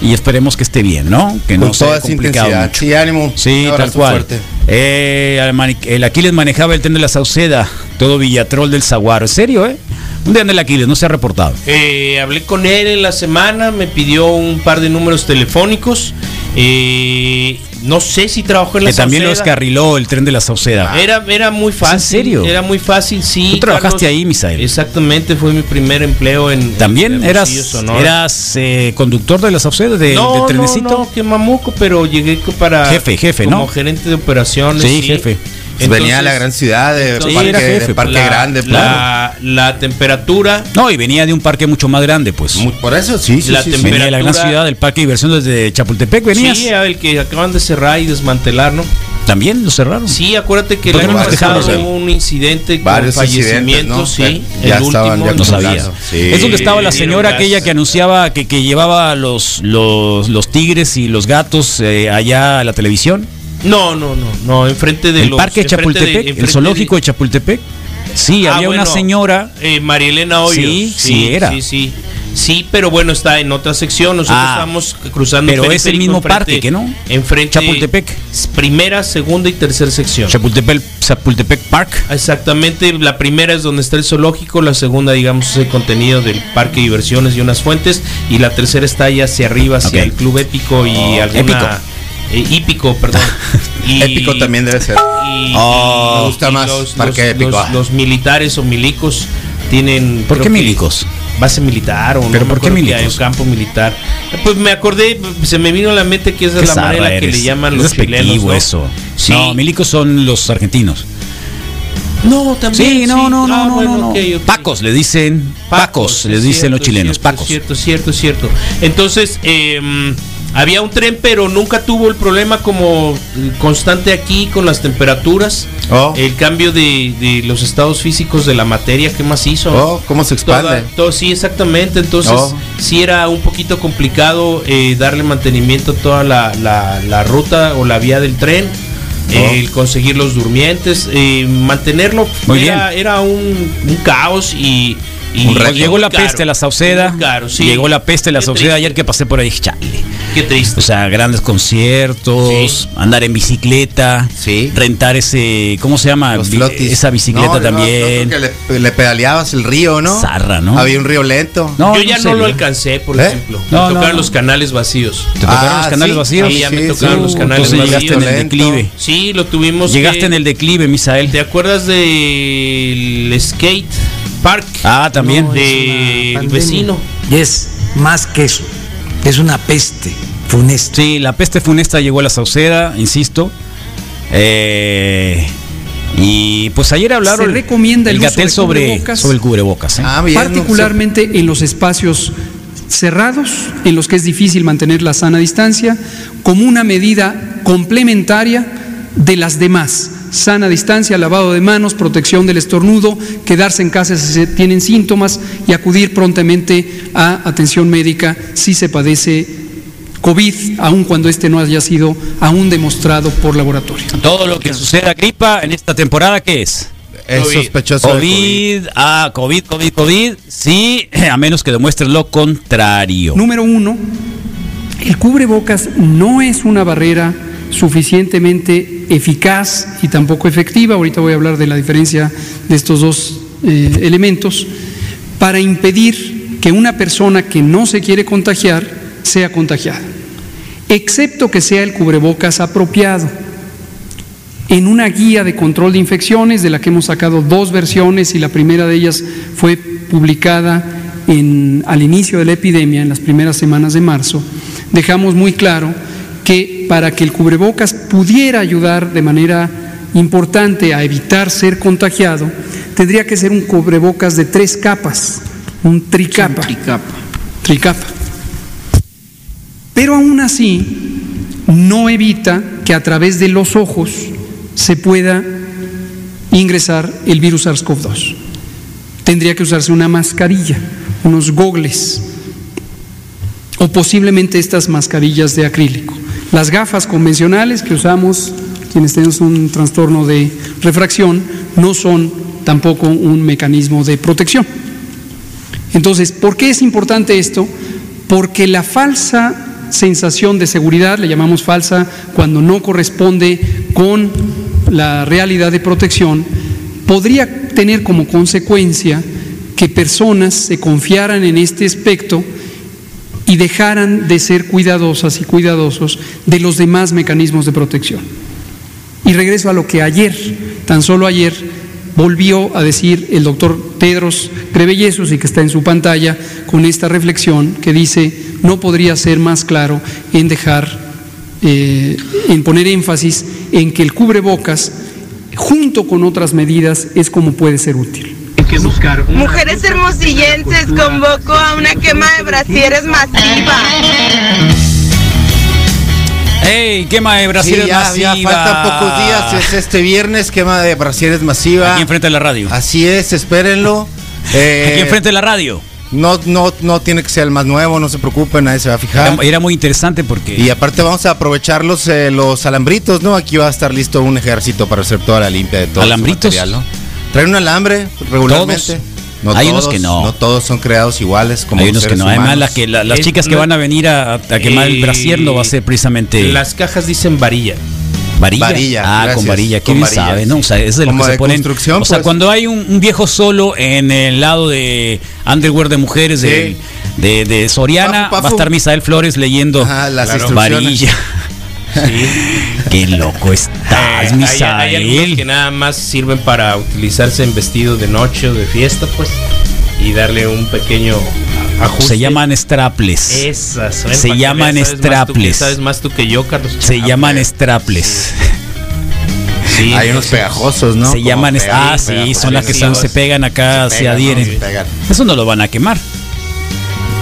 Speaker 1: y esperemos que esté bien, ¿no? Que pues, no
Speaker 3: Con
Speaker 1: sea
Speaker 3: toda esa
Speaker 1: complicado
Speaker 3: intensidad.
Speaker 1: mucho.
Speaker 3: Sí, ánimo.
Speaker 1: Sí,
Speaker 3: Un
Speaker 1: tal
Speaker 3: abrazo
Speaker 1: cual.
Speaker 3: fuerte.
Speaker 1: Eh, al mani- el Aquiles manejaba el tren de la Sauceda, todo Villatrol del Zaguaro, ¿en serio, eh? Un día en el Aquiles, no se ha reportado.
Speaker 5: Eh, hablé con él en la semana, me pidió un par de números telefónicos. eh, no sé si trabajó en la
Speaker 1: Que también lo
Speaker 5: Sauceda.
Speaker 1: descarriló el tren de la Sauceda.
Speaker 5: Era, era muy fácil.
Speaker 1: serio?
Speaker 5: Era muy fácil, sí.
Speaker 1: Tú trabajaste ahí, Misael.
Speaker 5: Exactamente, fue mi primer empleo en.
Speaker 1: También
Speaker 5: en
Speaker 1: eras,
Speaker 5: Hermosillo, Sonora.
Speaker 1: eras eh, conductor de las Sauceda, de,
Speaker 5: no,
Speaker 1: de
Speaker 5: no,
Speaker 1: este, trenecito.
Speaker 5: No, que mamuco, pero llegué co- para.
Speaker 1: Jefe, jefe,
Speaker 5: como
Speaker 1: ¿no?
Speaker 5: gerente de operaciones.
Speaker 1: Sí, jefe.
Speaker 3: Pues venía a la gran ciudad de
Speaker 5: entonces-
Speaker 3: Parque,
Speaker 1: Sí, era
Speaker 3: de
Speaker 1: jefe,
Speaker 3: Parque
Speaker 5: pues, la-
Speaker 3: Grande. pues, claro.
Speaker 5: La, la temperatura.
Speaker 1: No, y venía de un parque mucho más grande, pues.
Speaker 3: Mu- Por eso, sí, sí,
Speaker 5: La
Speaker 3: sí, sí.
Speaker 5: temperatura-
Speaker 1: venía de la gran ciudad, del parque de diversión desde Chapultepec, venías.
Speaker 5: Sí, eh. el que acaban de cerrar y desmantelar, ¿no?
Speaker 1: También lo cerraron.
Speaker 5: Sí, acuérdate que el
Speaker 1: ¿Por qué
Speaker 5: año
Speaker 1: no nos
Speaker 5: pasado
Speaker 1: dejamos
Speaker 5: hubo un incidente
Speaker 3: Varios
Speaker 5: con
Speaker 3: incidentes, ¿no?
Speaker 5: fallecimientos, sí.
Speaker 3: Ya
Speaker 5: el
Speaker 3: estaban
Speaker 5: último.
Speaker 3: ya
Speaker 1: No
Speaker 5: entonces-
Speaker 1: sabía.
Speaker 3: Sí.
Speaker 1: Es donde estaba la
Speaker 5: Dieron
Speaker 1: señora
Speaker 5: gas.
Speaker 1: aquella que anunciaba que, que llevaba los, los, los tigres y los gatos eh, allá a la televisión.
Speaker 5: No, no, no, no, enfrente de
Speaker 1: el
Speaker 5: los-
Speaker 1: parque de
Speaker 5: enfrente de-
Speaker 1: Chapultepec, el
Speaker 5: enfrente
Speaker 1: zoológico de, Chapultepec. Sí,
Speaker 5: Ah,
Speaker 1: había una
Speaker 5: bueno,
Speaker 1: señora.
Speaker 5: eh, María Elena Hoyos.
Speaker 1: Sí, sí era.
Speaker 5: Sí, sí. Sí, pero bueno, está en otra sección. Nosotros
Speaker 1: Ah,
Speaker 5: estamos cruzando.
Speaker 1: pero es el
Speaker 5: periférico
Speaker 1: mismo
Speaker 5: enfrente-
Speaker 1: parque, ¿qué no?
Speaker 5: Enfrente.
Speaker 1: Chapultepec.
Speaker 5: Primera, segunda y tercera sección.
Speaker 1: Chapultepec, Chapultepec Park.
Speaker 5: Exactamente, la primera es donde está el zoológico, la segunda, digamos, es el contenido del parque de diversiones y unas fuentes, y la tercera está ya hacia arriba, hacia
Speaker 1: Ok.
Speaker 5: el club épico y
Speaker 1: Oh,
Speaker 5: alguna. eh, hípico, perdón. Y-
Speaker 3: Épico también debe ser.
Speaker 5: y,
Speaker 3: Oh,
Speaker 5: y-
Speaker 3: me gusta
Speaker 5: y
Speaker 3: más Parque Épico,
Speaker 5: los-
Speaker 3: ah.
Speaker 5: los militares o milicos tienen.
Speaker 1: ¿Por
Speaker 5: creo
Speaker 1: qué
Speaker 5: que
Speaker 1: milicos?
Speaker 5: Base militar o no
Speaker 1: ¿Pero
Speaker 5: me
Speaker 1: por qué
Speaker 5: acuerdo que
Speaker 1: milicos?
Speaker 5: hay un campo militar. Pues me acordé, se me vino a la mente que esa
Speaker 1: Qué
Speaker 5: es la
Speaker 1: zarra
Speaker 5: manera que
Speaker 1: eres.
Speaker 5: le llaman
Speaker 1: Es
Speaker 5: los
Speaker 1: despectivo
Speaker 5: chilenos. ¿no?
Speaker 1: eso.
Speaker 5: Sí.
Speaker 1: No, milicos son los argentinos.
Speaker 5: No, también.
Speaker 1: Sí, no, no, no,
Speaker 5: Ah,
Speaker 1: no,
Speaker 5: bueno,
Speaker 1: no.
Speaker 5: ok, ok.
Speaker 1: Pacos le dicen, pacos,
Speaker 5: es
Speaker 1: les dicen los
Speaker 5: cierto,
Speaker 1: chilenos,
Speaker 5: es cierto,
Speaker 1: pacos.
Speaker 5: es Cierto, es cierto, es cierto. Entonces, eh, había un tren, pero nunca tuvo el problema como eh, constante aquí con las temperaturas.
Speaker 3: Oh.
Speaker 5: El cambio de, de los estados físicos de la materia, ¿qué más hizo?
Speaker 3: Oh, cómo se
Speaker 5: Toda-
Speaker 3: expande.
Speaker 5: todo- sí, exactamente. Entonces,
Speaker 3: Oh.
Speaker 5: sí era un poquito complicado eh, darle mantenimiento a toda la, la- la ruta o la vía del tren. eh, El conseguir los durmientes, eh, mantenerlo
Speaker 1: Muy
Speaker 5: era,
Speaker 1: bien.
Speaker 5: era un, un caos y, y
Speaker 1: Pues
Speaker 5: muy
Speaker 1: llegó la
Speaker 5: caro,
Speaker 1: peste a la Sauceda.
Speaker 5: muy caro, sí.
Speaker 1: Llegó la peste a la
Speaker 5: Qué
Speaker 1: Sauceda
Speaker 5: triste,
Speaker 1: ayer que pasé por ahí. Chale.
Speaker 5: Qué triste.
Speaker 1: O sea, grandes conciertos,
Speaker 5: Sí.
Speaker 1: andar en bicicleta,
Speaker 3: Sí.
Speaker 1: rentar ese, ¿cómo se llama?
Speaker 3: Los
Speaker 1: Bi-
Speaker 3: flotis.
Speaker 1: Esa bicicleta
Speaker 3: No, no,
Speaker 1: también.
Speaker 3: no, creo que le, le pedaleabas el río, ¿no?
Speaker 1: Zarra, ¿no?
Speaker 3: Había un río lento.
Speaker 1: No,
Speaker 5: Yo ya
Speaker 1: en
Speaker 5: no lo
Speaker 1: serio.
Speaker 5: alcancé, por
Speaker 3: ¿Eh?
Speaker 5: ejemplo.
Speaker 1: No, no,
Speaker 5: me tocaron
Speaker 1: no.
Speaker 5: los canales vacíos.
Speaker 1: Te tocaron
Speaker 3: Ah,
Speaker 1: los canales
Speaker 3: sí,
Speaker 1: vacíos.
Speaker 5: Sí, ya me tocaron
Speaker 3: sí.
Speaker 5: los canales
Speaker 1: Entonces llegaste en el
Speaker 3: Lento.
Speaker 1: declive.
Speaker 5: Sí, lo tuvimos.
Speaker 1: Llegaste
Speaker 5: que-
Speaker 1: en el declive,
Speaker 5: ¿Te
Speaker 1: Misael.
Speaker 5: acuerdas del skate park?
Speaker 1: Ah, también.
Speaker 5: No, de el vecino.
Speaker 2: Y es más que eso. Es una peste funesta.
Speaker 1: Sí, la peste funesta llegó a la Sauceda, insisto. Eh, y pues ayer hablaron.
Speaker 6: Se recomienda el uso
Speaker 1: Gatel
Speaker 6: de
Speaker 1: sobre,
Speaker 6: cubrebocas.
Speaker 1: sobre el cubrebocas. ¿eh?
Speaker 3: Ah, bien, no sé.
Speaker 6: particularmente en los espacios cerrados, en los que es difícil mantener la sana distancia, como una medida complementaria de las demás. Sana distancia, lavado de manos, protección del estornudo, quedarse en casa si se tienen síntomas y acudir prontamente a atención médica si se padece COVID, aun cuando este no haya sido aún demostrado por laboratorio.
Speaker 1: Todo lo que suceda gripa en esta temporada, ¿qué es?
Speaker 3: Es
Speaker 5: COVID.
Speaker 3: sospechoso. de
Speaker 1: COVID, ah, COVID, COVID, COVID. Sí, a menos que demuestres lo contrario.
Speaker 6: Número uno, el cubrebocas no es una barrera suficientemente eficaz y tampoco efectiva, ahorita voy a hablar de la diferencia de estos dos eh, elementos, para impedir que una persona que no se quiere contagiar sea contagiada, excepto que sea el cubrebocas apropiado. En una guía de control de infecciones, de la que hemos sacado dos versiones y la primera de ellas fue publicada en, al inicio de la epidemia, en las primeras semanas de marzo, dejamos muy claro que para que el cubrebocas pudiera ayudar de manera importante a evitar ser contagiado, tendría que ser un cubrebocas de tres capas, un tricapa. tricapa. Tricapa. Pero aún así, no evita que a través de los ojos se pueda ingresar el virus SARS-CoV-2. Tendría que usarse una mascarilla, unos gogles o posiblemente estas mascarillas de acrílico. Las gafas convencionales que usamos quienes tenemos un trastorno de refracción no son tampoco un mecanismo de protección. Entonces, ¿por qué es importante esto? Porque la falsa sensación de seguridad, le llamamos falsa cuando no corresponde con la realidad de protección, podría tener como consecuencia que personas se confiaran en este aspecto y dejaran de ser cuidadosas y cuidadosos de los demás mecanismos de protección. Y regreso a lo que ayer, tan solo ayer, volvió a decir el doctor Tedros Trebellesus y que está en su pantalla con esta reflexión que dice, no podría ser más claro en dejar, eh, en poner énfasis en que el cubrebocas, junto con otras medidas, es como puede ser útil.
Speaker 7: Que buscar una
Speaker 8: Mujeres hermosillenses, convoco a una quema de brasieres masiva.
Speaker 1: ¡Ey! Quema de
Speaker 3: Sí,
Speaker 1: Brasil
Speaker 3: ya, ya faltan pocos días, es este viernes, quema de brasieres masiva.
Speaker 1: Aquí enfrente de la radio.
Speaker 3: Así es, espérenlo. Ah, Eh,
Speaker 1: Aquí enfrente de la radio.
Speaker 3: No, no, no tiene que ser el más nuevo, no se preocupen, nadie se va a fijar.
Speaker 1: Era, era muy interesante porque...
Speaker 3: Ah. Y aparte vamos a aprovechar los, eh, los alambritos, ¿no? Aquí va a estar listo un ejército para hacer toda la limpia de todo su
Speaker 1: ¿Alambritos?
Speaker 3: material, ¿no? Traen un alambre regularmente.
Speaker 1: Todos. Hay unos que no.
Speaker 3: No todos son creados iguales como
Speaker 1: Hay
Speaker 3: los
Speaker 1: unos que
Speaker 3: seres
Speaker 1: no, además
Speaker 3: humanos.
Speaker 1: la que, la- las
Speaker 5: Es
Speaker 1: chicas que
Speaker 5: la-
Speaker 1: van a venir a, a quemar el
Speaker 5: Eh,
Speaker 1: brasier no va a ser precisamente
Speaker 5: Las cajas dicen varilla.
Speaker 1: varilla.
Speaker 3: varilla,
Speaker 1: ah,
Speaker 3: gracias,
Speaker 1: con varilla, qué
Speaker 3: con
Speaker 1: bien
Speaker 3: varilla,
Speaker 1: sabe, ¿no? O sea, es de lo
Speaker 3: Como
Speaker 1: que se
Speaker 3: de
Speaker 1: ponen. O sea,
Speaker 3: construcción, pues.
Speaker 1: cuando hay un, un viejo solo en el lado de underwear de mujeres de, de, de Soriana,
Speaker 3: Pafu, pafu.
Speaker 1: va a estar Misael Flores leyendo
Speaker 3: Ajá, las instrucciones.
Speaker 1: varilla. Qué loco
Speaker 5: Eh,
Speaker 1: estás,
Speaker 5: hay-
Speaker 1: Misael.
Speaker 5: hay, algunos que nada más sirven para utilizarse en vestido de noche o de fiesta, pues, y darle un pequeño ajuste.
Speaker 1: se llaman straples.
Speaker 5: Esas. ven,
Speaker 1: se
Speaker 5: para que
Speaker 1: llaman
Speaker 5: veas, sabes más tú que-
Speaker 1: straples.
Speaker 5: Sabes más tú que yo, Carlos.
Speaker 1: se
Speaker 5: Ah,
Speaker 1: llaman
Speaker 5: pues,
Speaker 1: straples.
Speaker 5: sí,
Speaker 3: Hay unos
Speaker 5: sí.
Speaker 3: pegajosos, ¿no?
Speaker 1: se
Speaker 3: Como
Speaker 1: llaman
Speaker 3: pega-
Speaker 1: ah, sí,
Speaker 3: pegajosos.
Speaker 1: son las que son- se pegan acá, se,
Speaker 3: pegan, ¿no?
Speaker 1: adhieren.
Speaker 3: Se pegan.
Speaker 1: Eso no lo van a quemar.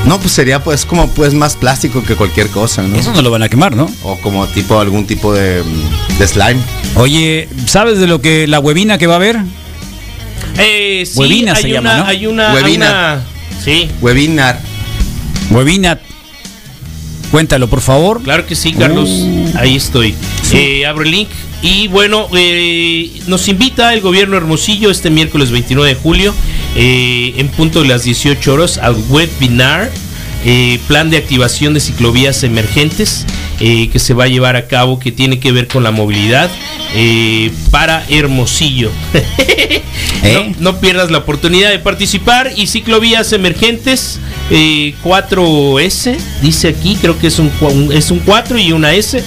Speaker 3: No, pues sería pues como pues más plástico que cualquier cosa, ¿no?
Speaker 1: Eso no lo van a quemar, ¿no?
Speaker 3: O como tipo algún tipo de, mm, de slime.
Speaker 1: Oye, ¿sabes de lo que la huevina que va a haber?
Speaker 5: Eh, sí,
Speaker 1: Huevina
Speaker 5: hay
Speaker 1: se
Speaker 5: una,
Speaker 1: llama, ¿no?
Speaker 5: Hay una.
Speaker 3: Huevina.
Speaker 5: una- sí,
Speaker 3: Webinar.
Speaker 1: Huevina, cuéntalo por favor.
Speaker 5: claro que sí, Carlos. Ahí estoy. Eh, abro el link. Y bueno, eh, nos invita el gobierno Hermosillo este miércoles 29 de julio, eh, en punto de las 18 horas, al webinar, eh, plan de activación de ciclovías emergentes, eh, que se va a llevar a cabo, que tiene que ver con la movilidad eh, para Hermosillo.
Speaker 1: ¿Eh?
Speaker 5: No, no pierdas la oportunidad de participar y ciclovías emergentes eh, 4S, dice aquí, creo que es un, cua- un- es un 4 y una S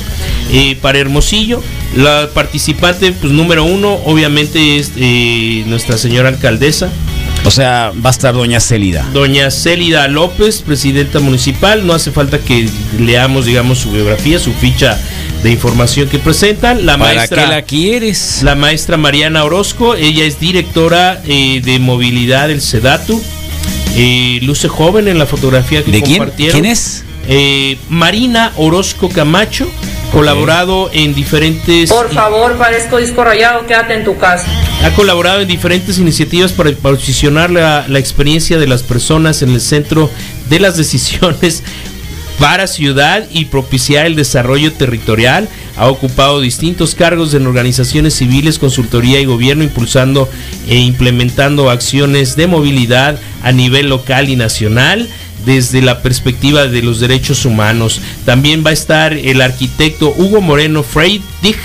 Speaker 5: eh, para Hermosillo. La participante pues, número uno obviamente es eh, nuestra señora alcaldesa,
Speaker 1: O sea, va a estar Doña Célida.
Speaker 5: doña Célida López, presidenta municipal. No hace falta que leamos, digamos, su biografía, su ficha de información que presentan. La
Speaker 1: ¿Para
Speaker 5: maestra
Speaker 1: qué la quieres?
Speaker 5: la maestra Mariana Orozco, ella es directora eh, de movilidad del SEDATU. Eh, luce joven en la fotografía que
Speaker 1: ¿De quién?
Speaker 5: compartieron.
Speaker 1: ¿Quién es?
Speaker 5: Eh, Marina Orozco Camacho, colaborado en diferentes
Speaker 9: Por favor, parezco disco rayado, quédate en tu casa.
Speaker 5: ha colaborado en diferentes iniciativas para posicionar la, la experiencia de las personas en el centro de las decisiones para ciudad y propiciar el desarrollo territorial. Ha ocupado distintos cargos en organizaciones civiles, consultoría y gobierno, impulsando e implementando acciones de movilidad a nivel local y nacional. desde la perspectiva de los derechos humanos. También va a estar el arquitecto Hugo Moreno Freidig,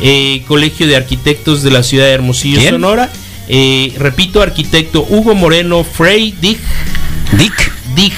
Speaker 5: eh, Colegio de Arquitectos de la Ciudad de Hermosillo,
Speaker 1: ¿Quién?
Speaker 5: Sonora. Eh, repito, arquitecto Hugo Moreno Freidig.
Speaker 1: Dick.
Speaker 5: Dig.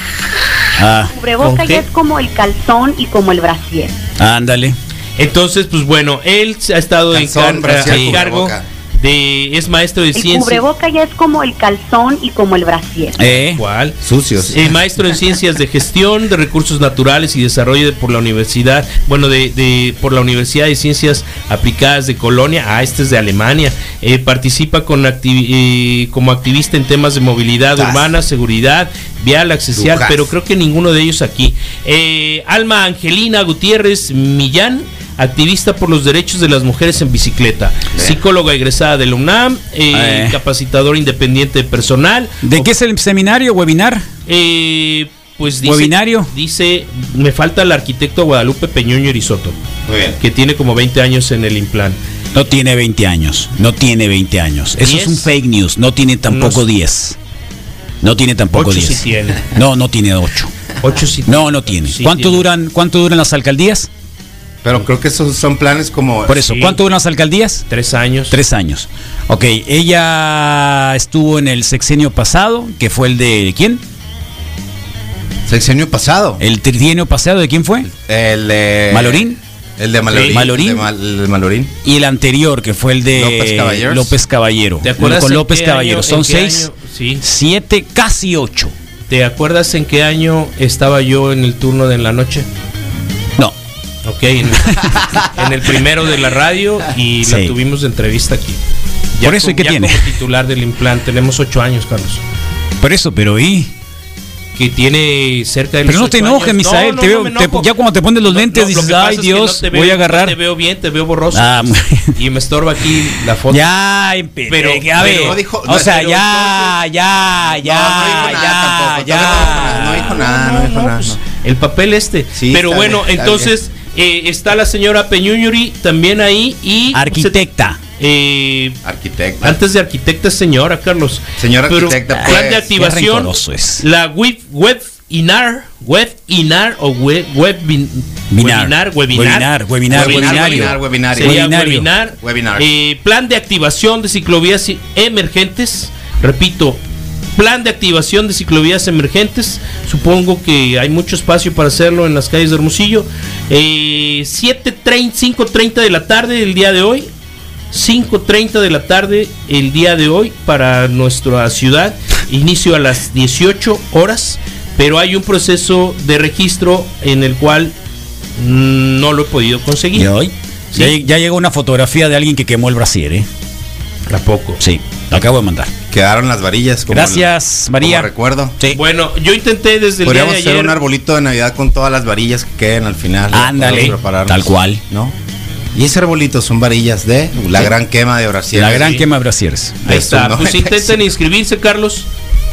Speaker 1: Ah,
Speaker 5: ¿Con
Speaker 7: Cubreboca
Speaker 5: qué?
Speaker 7: ya es como el calzón y como el brasier.
Speaker 1: ándale.
Speaker 5: Entonces, pues bueno, él ha estado
Speaker 3: Calzón,
Speaker 5: en, car-
Speaker 3: brasier,
Speaker 5: a cargo
Speaker 3: cubreboca.
Speaker 5: de. Es maestro de
Speaker 7: El
Speaker 5: ciencias.
Speaker 7: cubreboca ya es como el calzón y como el brasier.
Speaker 1: Eh,
Speaker 5: ¿Cuál?
Speaker 3: Sucios.
Speaker 5: Eh, maestro en ciencias de gestión de recursos naturales y desarrollo de- por la universidad, bueno, de, de- por la Universidad de Ciencias Aplicadas de Colonia, ah, este es de Alemania. Eh, participa con activi- eh, como activista en temas de movilidad
Speaker 3: Tas.
Speaker 5: urbana, seguridad, vial, accesial,
Speaker 3: Lucas.
Speaker 5: pero creo que ninguno de ellos aquí. Eh, Alma Angelina Gutiérrez Millán. Activista por los derechos de las mujeres en bicicleta, psicóloga egresada de la UNAM, eh,
Speaker 1: Eh.
Speaker 5: capacitador independiente de personal,
Speaker 1: ¿De qué es el seminario, webinar?
Speaker 5: eh, pues dice,
Speaker 1: Webinario.
Speaker 5: dice, me falta el arquitecto Guadalupe Peñuño Erizoto,
Speaker 3: Muy bien.
Speaker 5: que tiene como 20 años en el implant.
Speaker 1: No tiene 20 años, no tiene 20 años. Eso
Speaker 5: ¿Diez?
Speaker 1: es un fake news, no tiene tampoco
Speaker 5: Unos-
Speaker 1: 10. No tiene tampoco
Speaker 5: Ocho
Speaker 1: 10.
Speaker 5: sí tiene.
Speaker 1: No, no tiene 8.
Speaker 5: 8 sí.
Speaker 1: No, no tiene.
Speaker 5: Sí
Speaker 1: ¿Cuánto
Speaker 5: tiene.
Speaker 1: duran cuánto duran las alcaldías?
Speaker 3: Pero creo que esos son planes como.
Speaker 1: Por eso,
Speaker 5: Sí.
Speaker 1: ¿cuánto duran las alcaldías?
Speaker 5: Tres años.
Speaker 1: Tres años. Ok, ella estuvo en el sexenio pasado, que fue el de quién?
Speaker 3: Sexenio pasado.
Speaker 1: El trienio pasado, ¿de quién fue?
Speaker 3: El de.
Speaker 1: Eh, ¿Malorín?
Speaker 3: El de Malorín.
Speaker 1: Sí. Malorín.
Speaker 3: El de, Mal- el de Malorín.
Speaker 1: Y el anterior, que fue el de
Speaker 3: López Caballeros.
Speaker 1: López Caballero.
Speaker 5: ¿Te acuerdas
Speaker 1: Con
Speaker 5: en
Speaker 1: López
Speaker 5: qué
Speaker 1: Caballero.
Speaker 5: año- en
Speaker 1: Son
Speaker 5: qué
Speaker 1: seis,
Speaker 5: año? Sí.
Speaker 1: siete, casi ocho.
Speaker 5: ¿Te acuerdas en qué año estaba yo en el turno de en la noche?
Speaker 1: No,
Speaker 5: Ok, en, en el primero de la radio y la
Speaker 1: Sí.
Speaker 5: tuvimos de entrevista aquí.
Speaker 1: Por eso, ¿y qué
Speaker 5: como- ya
Speaker 1: tiene?
Speaker 5: como titular del implant, tenemos ocho años, Carlos.
Speaker 1: por eso, pero y.
Speaker 5: Que tiene cerca de
Speaker 1: Pero
Speaker 5: los
Speaker 1: no te
Speaker 5: ocho
Speaker 1: enojes,
Speaker 5: años.
Speaker 1: Misael.
Speaker 5: No,
Speaker 1: te
Speaker 5: no,
Speaker 1: veo,
Speaker 5: no me
Speaker 1: te-
Speaker 5: enojo.
Speaker 1: ya cuando te pones los
Speaker 5: No,
Speaker 1: lentes,
Speaker 5: no, lo
Speaker 1: dices,
Speaker 5: que pasa
Speaker 1: ay
Speaker 5: es que
Speaker 1: Dios,
Speaker 5: no te veo-
Speaker 1: voy a
Speaker 5: no
Speaker 1: agarrar.
Speaker 5: te veo bien, te veo borroso.
Speaker 1: Ah, muy
Speaker 5: y me estorba aquí la foto.
Speaker 1: Ya, empe-
Speaker 5: Pero-
Speaker 1: eh, a ver,
Speaker 5: pero no
Speaker 3: dijo-
Speaker 1: o sea,
Speaker 3: pero
Speaker 1: ya, ya, ya,
Speaker 3: No, no dijo nada
Speaker 1: ya,
Speaker 3: tampoco, no
Speaker 1: ya.
Speaker 3: dijo nada, no dijo nada, no dijo nada,
Speaker 5: pues,
Speaker 3: no.
Speaker 5: El papel este.
Speaker 3: Sí,
Speaker 5: Pero
Speaker 3: está
Speaker 5: bueno,
Speaker 3: bien, está
Speaker 5: entonces eh, está la señora Peñuñuri también ahí y...
Speaker 1: Arquitecta.
Speaker 5: Eh,
Speaker 3: Arquitecto.
Speaker 5: antes de arquitecta, señora, Carlos.
Speaker 3: Señora
Speaker 5: Pero
Speaker 3: arquitecta,
Speaker 5: Plan de
Speaker 3: pues.
Speaker 1: Ah, Qué
Speaker 5: activación.
Speaker 1: rencoroso es.
Speaker 5: La web, web inar, web inar o web, web bin-
Speaker 1: Binar.
Speaker 5: webinar, webinar,
Speaker 1: Webinar, webinar,
Speaker 5: webinario.
Speaker 3: webinar, webinar.
Speaker 5: Sería
Speaker 1: Webinario.
Speaker 5: webinar.
Speaker 3: Webinar.
Speaker 5: Eh, plan de activación de ciclovías i- emergentes. Repito, plan de activación de ciclovías emergentes. Supongo que hay mucho espacio para hacerlo en las calles de Hermosillo. Eh, 7:30, 5.30 de la tarde el día de hoy. 5.30 de la tarde el día de hoy para nuestra ciudad. Inicio a las 18 horas, pero hay un proceso de registro en el cual mm, no lo he podido conseguir.
Speaker 1: ¿Y hoy?
Speaker 5: Sí.
Speaker 1: Ya, ya llegó una fotografía de alguien que quemó el brasier, ¿eh?
Speaker 5: Tampoco.
Speaker 1: Sí, lo acabo de mandar.
Speaker 3: Quedaron las varillas. Como
Speaker 1: Gracias,
Speaker 3: como
Speaker 1: María.
Speaker 3: recuerdo.
Speaker 1: Sí.
Speaker 5: Bueno, yo intenté desde el día de
Speaker 3: Podríamos
Speaker 5: ayer.
Speaker 3: hacer un arbolito de Navidad con todas las varillas que queden al final.
Speaker 1: Ándale,
Speaker 3: Podemos prepararnos,
Speaker 1: tal cual.
Speaker 3: ¿No? Y ese arbolito son varillas de la gran quema de Brasil.
Speaker 1: la gran quema de brasieres.
Speaker 5: Ahí está.
Speaker 3: Eso,
Speaker 5: Pues
Speaker 3: 95.
Speaker 5: intenten inscribirse, Carlos,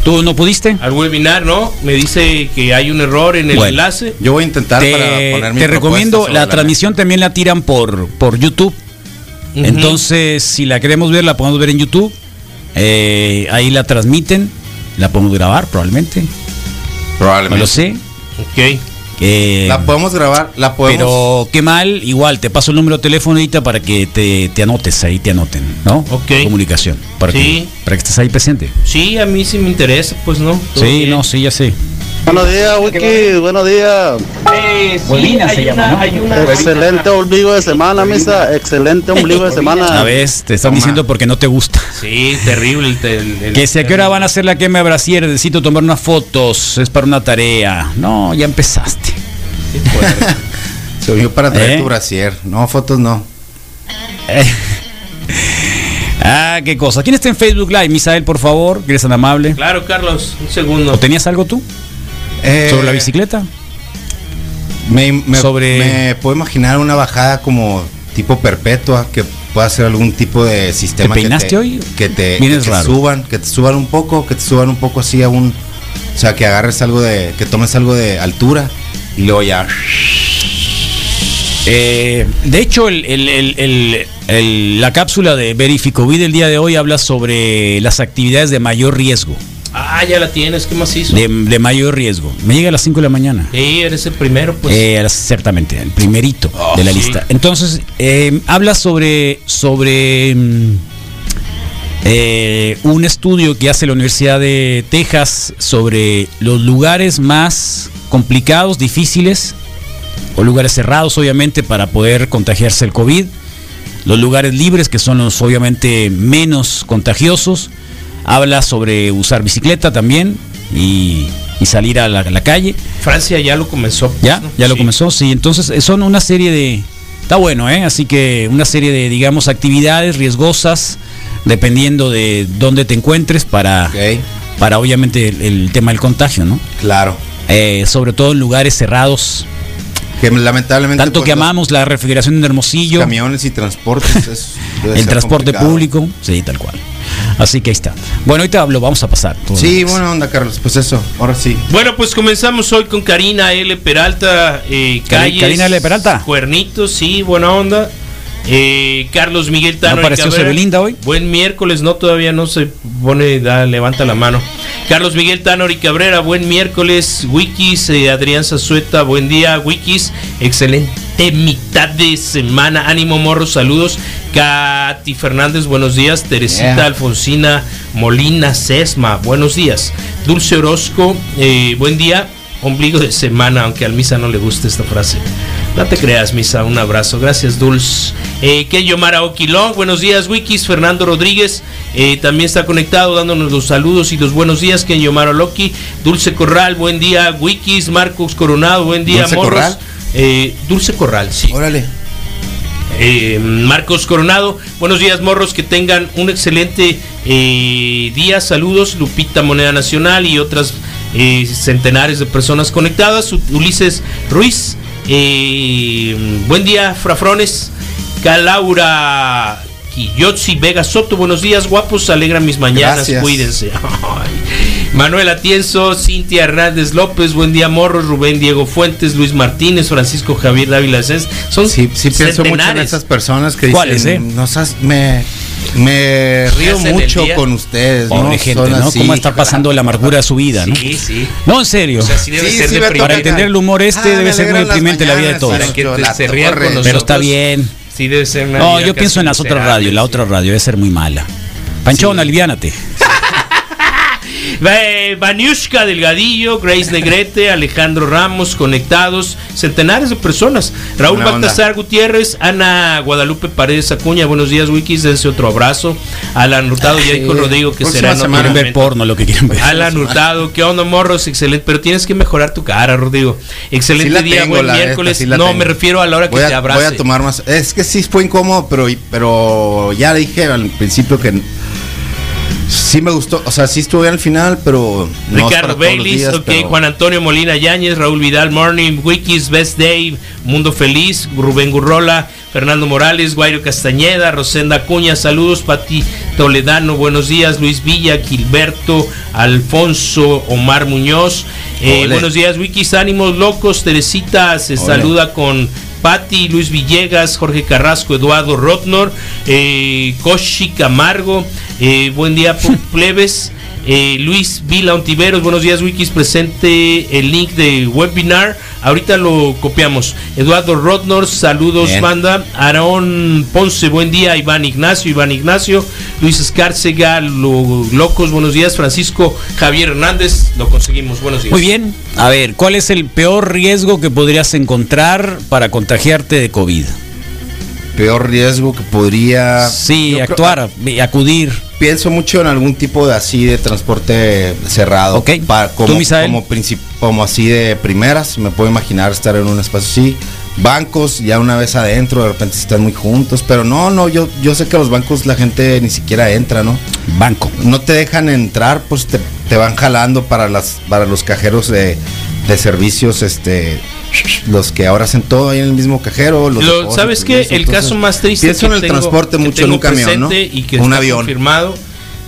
Speaker 1: ¿Tú no pudiste?
Speaker 5: al webinar, ¿no? Me dice que hay un error en el
Speaker 1: Bueno.
Speaker 5: enlace.
Speaker 3: Yo voy a intentar
Speaker 1: Te,
Speaker 3: para poner mi
Speaker 1: te
Speaker 3: propuesta
Speaker 1: recomiendo,
Speaker 3: sobre
Speaker 1: la
Speaker 3: mesa.
Speaker 1: transmisión también la tiran por, por YouTube.
Speaker 5: Ujú.
Speaker 1: Entonces, si la queremos ver, la podemos ver en YouTube. Eh, ahí la transmiten. La podemos grabar, probablemente. No
Speaker 3: Probablemente.
Speaker 1: lo sé.
Speaker 5: Ok.
Speaker 1: Eh,
Speaker 3: La podemos grabar, la podemos.
Speaker 1: pero qué mal, igual te paso el número de teléfono ahorita para que te, te anotes, ahí te anoten, ¿no?
Speaker 5: Ok.
Speaker 1: Comunicación, para,
Speaker 5: Sí.
Speaker 1: que, para que estés ahí presente.
Speaker 5: Sí, a mí sí me interesa, pues no. Todo
Speaker 1: sí,
Speaker 5: bien.
Speaker 1: no, sí, ya sé.
Speaker 10: Buenos días, Wiki. Buenos días. Excelente ombligo de semana, misa. Excelente ombligo de semana.
Speaker 1: A ver, te están diciendo porque no te gusta.
Speaker 5: Sí, terrible. El, el- el-
Speaker 1: Que si a qué hora van a hacer la quema de brasier, necesito tomar unas fotos, es para una tarea. No, ya empezaste.
Speaker 3: Se unió para traer
Speaker 1: ¿Eh?
Speaker 3: tu brasier. No, fotos no.
Speaker 1: Ah, qué cosa. ¿Quién está en Facebook Live? Misael, por favor, que eres tan amable.
Speaker 5: Claro, Carlos, un segundo.
Speaker 1: ¿O tenías algo tú?
Speaker 3: Eh,
Speaker 1: ¿Sobre la bicicleta?
Speaker 3: Me, me-
Speaker 1: Sobre-
Speaker 3: me puedo imaginar una bajada como tipo perpetua que pueda ser algún tipo de sistema.
Speaker 1: ¿Te peinaste
Speaker 3: que te,
Speaker 1: hoy?
Speaker 3: Que te,
Speaker 1: Vienes
Speaker 3: que te
Speaker 1: raro.
Speaker 3: suban, que te suban un poco, que te suban un poco así a un. O sea, que agarres algo de. que tomes algo de altura y luego ya.
Speaker 1: Eh, de hecho, el- el- el- el- el- la cápsula de Verificovid el día de hoy habla sobre las actividades de mayor riesgo.
Speaker 5: Ah, ya la tienes, ¿qué más hizo?
Speaker 1: De, de mayor riesgo. Me llega a las 5 de la mañana.
Speaker 5: Sí, eres el primero, pues.
Speaker 1: Eh, exactamente, el primerito
Speaker 5: Oh,
Speaker 1: de la
Speaker 5: sí.
Speaker 1: lista. Entonces, eh, habla sobre, sobre mm, eh, un estudio que hace la Universidad de Texas sobre los lugares más complicados, difíciles, o lugares cerrados, obviamente, para poder contagiarse el COVID. Los lugares libres, que son los obviamente menos contagiosos. Habla sobre usar bicicleta también y, y salir a la- la calle.
Speaker 5: Francia ya lo comenzó. pues,
Speaker 1: Ya,
Speaker 5: ¿no?
Speaker 1: ya lo
Speaker 5: Sí.
Speaker 1: comenzó, sí. Entonces eh, son una serie de... Está bueno, ¿eh? Así que una serie de, digamos, actividades riesgosas, dependiendo de dónde te encuentres, para, para obviamente el, el tema del contagio, ¿no? Eh,
Speaker 3: Claro.
Speaker 1: sobre todo en lugares cerrados.
Speaker 3: Que lamentablemente... pues,
Speaker 1: Tanto que amamos la refrigeración en Hermosillo.
Speaker 3: Camiones y transportes. es- debe
Speaker 1: el
Speaker 3: ser
Speaker 1: transporte
Speaker 3: complicado.
Speaker 1: público, sí, tal cual. Así que ahí está. Bueno, ahorita lo vamos a pasar.
Speaker 3: Sí, buena onda, Carlos. Pues eso, ahora sí.
Speaker 5: Bueno, pues comenzamos hoy con Karina L. Peralta, eh,
Speaker 1: Cari-
Speaker 5: Calles,
Speaker 1: Karina L. Peralta.
Speaker 5: Cuernitos, sí, buena onda. Eh, Carlos Miguel Tano.
Speaker 1: ¿No apareció
Speaker 5: Cabrera.
Speaker 1: Sebelinda hoy?
Speaker 5: Buen miércoles, no, todavía no se pone, da- levanta la mano. Carlos Miguel Tano y Cabrera, buen miércoles. Wikis, eh, Adrián Zazueta, buen día, Wikis. Excelente mitad de semana. Ánimo Morro, saludos. Katy Fernández, buenos días. Teresita
Speaker 11: Yeah.
Speaker 5: Alfonsina Molina Sesma, buenos días. Dulce Orozco, eh, buen día. Ombligo de semana, aunque al misa no le gusta esta frase. No te creas, misa, un abrazo. Gracias, Dulce. Eh, Kenyo Mara Oquilón, buenos días, Wikis. Fernando Rodríguez eh, también está conectado, dándonos los saludos y los buenos días. Kenyo Mara Loki, Dulce Corral, buen día, Wikis. Marcos Coronado, buen día,
Speaker 3: ¿Dulce
Speaker 5: Morros.
Speaker 3: Corral?
Speaker 5: Eh, Dulce Corral, sí.
Speaker 3: Órale.
Speaker 5: Eh, Marcos Coronado, buenos días morros, que tengan un excelente eh, día, saludos, Lupita Moneda Nacional y otras eh, centenares de personas conectadas, U- Ulises Ruiz, eh, buen día Frafrones, Calaura Quillotzi Vega Soto, buenos días guapos, alegran mis mañanas,
Speaker 11: Gracias.
Speaker 5: cuídense. Ay. Manuel Atienzo, Cintia Hernández López, buen día morros, Rubén Diego Fuentes, Luis Martínez, Francisco Javier Dávila Sáenz, son sí,
Speaker 3: Sí pienso mucho en esas personas que
Speaker 5: ¿Cuáles,
Speaker 3: dicen,
Speaker 5: eh?
Speaker 3: "Nos has- me, me río
Speaker 1: hacen el
Speaker 3: mucho
Speaker 1: día".
Speaker 3: con ustedes,
Speaker 1: Pobre
Speaker 3: ¿no?
Speaker 1: gente,
Speaker 3: Son
Speaker 1: ¿no?
Speaker 3: así".
Speaker 1: ¿Cómo está pasando la amargura a su vida, no?
Speaker 5: Sí, sí.
Speaker 1: No, en serio.
Speaker 5: O sea, sí debe Sí, ser sí, deprimente.
Speaker 1: Para entender el humor este
Speaker 5: Ah, me
Speaker 1: debe ser muy
Speaker 5: alegran las
Speaker 1: deprimente la vida de
Speaker 5: mañanas,
Speaker 3: ¿eh?
Speaker 1: todos.
Speaker 5: para que te-
Speaker 1: La
Speaker 5: se rían con
Speaker 1: torre. Pero
Speaker 5: nosotros.
Speaker 1: está bien.
Speaker 5: Sí, debe ser una
Speaker 1: No,
Speaker 5: vida
Speaker 1: yo
Speaker 5: casi
Speaker 1: pienso en las otras
Speaker 5: miserable.
Speaker 1: radios. La otra radio debe ser muy mala. Panchón, aliviánate.
Speaker 5: Ah, Eh, Vaniushka Delgadillo, Grace Negrete, Alejandro Ramos, conectados, centenares de personas. Raúl
Speaker 11: Buena onda.
Speaker 5: Baltasar Gutiérrez, Ana Guadalupe Paredes Acuña, buenos días, Wikis, dense otro abrazo. Alan Hurtado, ya dijo Rodrigo que será en otro
Speaker 1: Quieren ver
Speaker 5: momento.
Speaker 1: porno, lo que quieren ver.
Speaker 5: Alan Hurtado, ¿qué onda, morros? Excelente, pero tienes que mejorar tu cara, Rodrigo.
Speaker 3: Sí
Speaker 5: Excelente
Speaker 3: la
Speaker 5: día,
Speaker 3: tengo,
Speaker 5: buen
Speaker 3: la neta,
Speaker 5: miércoles.
Speaker 3: sí la
Speaker 5: no,
Speaker 3: tengo.
Speaker 5: me refiero a la hora que
Speaker 3: voy a,
Speaker 5: te
Speaker 3: voy
Speaker 5: abrace.
Speaker 3: a tomar más. Es que sí fue incómodo, pero, pero ya dije al principio que sí me gustó. O sea, sí estuve al final, pero. no es para
Speaker 5: Ricardo
Speaker 3: todos los
Speaker 5: Baylis,
Speaker 3: días,
Speaker 5: ok,
Speaker 3: pero-
Speaker 5: Juan Antonio Molina Yáñez, Raúl Vidal, Morning, Wikis, Best Day, Mundo Feliz, Rubén Gurrola, Fernando Morales, Guairo Castañeda, Rosenda Acuña, saludos, Pati Toledano, buenos días, Luis Villa, Gilberto, Alfonso, Omar Muñoz, eh,
Speaker 11: Ole.
Speaker 5: buenos días, Wikis, Ánimos Locos, Teresita, se
Speaker 11: Ole.
Speaker 5: saluda con Pati, Luis Villegas, Jorge Carrasco, Eduardo Rotnor, eh, Koshi Camargo, eh, buen día Pu- Plebes, eh, Luis Vila Ontiveros, buenos días Wikis, presente el link de webinar, ahorita lo copiamos, Eduardo Rotnor, saludos
Speaker 11: Bien.
Speaker 5: manda, Aarón Ponce, buen día, Iván Ignacio, Iván Ignacio, Luis Escárcega, Lo- Locos, buenos días, Francisco Javier Hernández, lo conseguimos, buenos días.
Speaker 1: Muy bien. A ver, ¿cuál es el peor riesgo que podrías encontrar para contagiarte de COVID?
Speaker 3: Peor riesgo que podría.
Speaker 1: Sí,
Speaker 3: Ah, Yo creo- ah.
Speaker 1: actuar, acudir.
Speaker 3: Pienso mucho en algún tipo de así de transporte cerrado.
Speaker 1: Ok.
Speaker 3: Pa- como,
Speaker 1: ¿Tú, Misael?
Speaker 3: como, princip- como así de primeras, me puedo imaginar estar en un espacio así. Bancos, ya una vez adentro, de repente están muy juntos. Pero no, no, yo, yo sé que a los bancos la gente ni siquiera entra, ¿no?
Speaker 1: Banco.
Speaker 3: No te dejan entrar, pues te, te van jalando para, las, para los cajeros de, de servicios, este. Los que ahora hacen todo ahí en el mismo cajero. Los
Speaker 5: Lo-
Speaker 3: depósitos,
Speaker 5: ¿Sabes qué?
Speaker 3: eso,
Speaker 5: El
Speaker 3: entonces,
Speaker 5: caso más triste
Speaker 3: Pienso
Speaker 5: que
Speaker 3: en el
Speaker 5: tengo-
Speaker 3: transporte
Speaker 5: que
Speaker 3: mucho en
Speaker 5: tengo
Speaker 3: un camión, ¿no?
Speaker 5: presente Y que
Speaker 3: un
Speaker 5: está
Speaker 3: avión.
Speaker 5: confirmado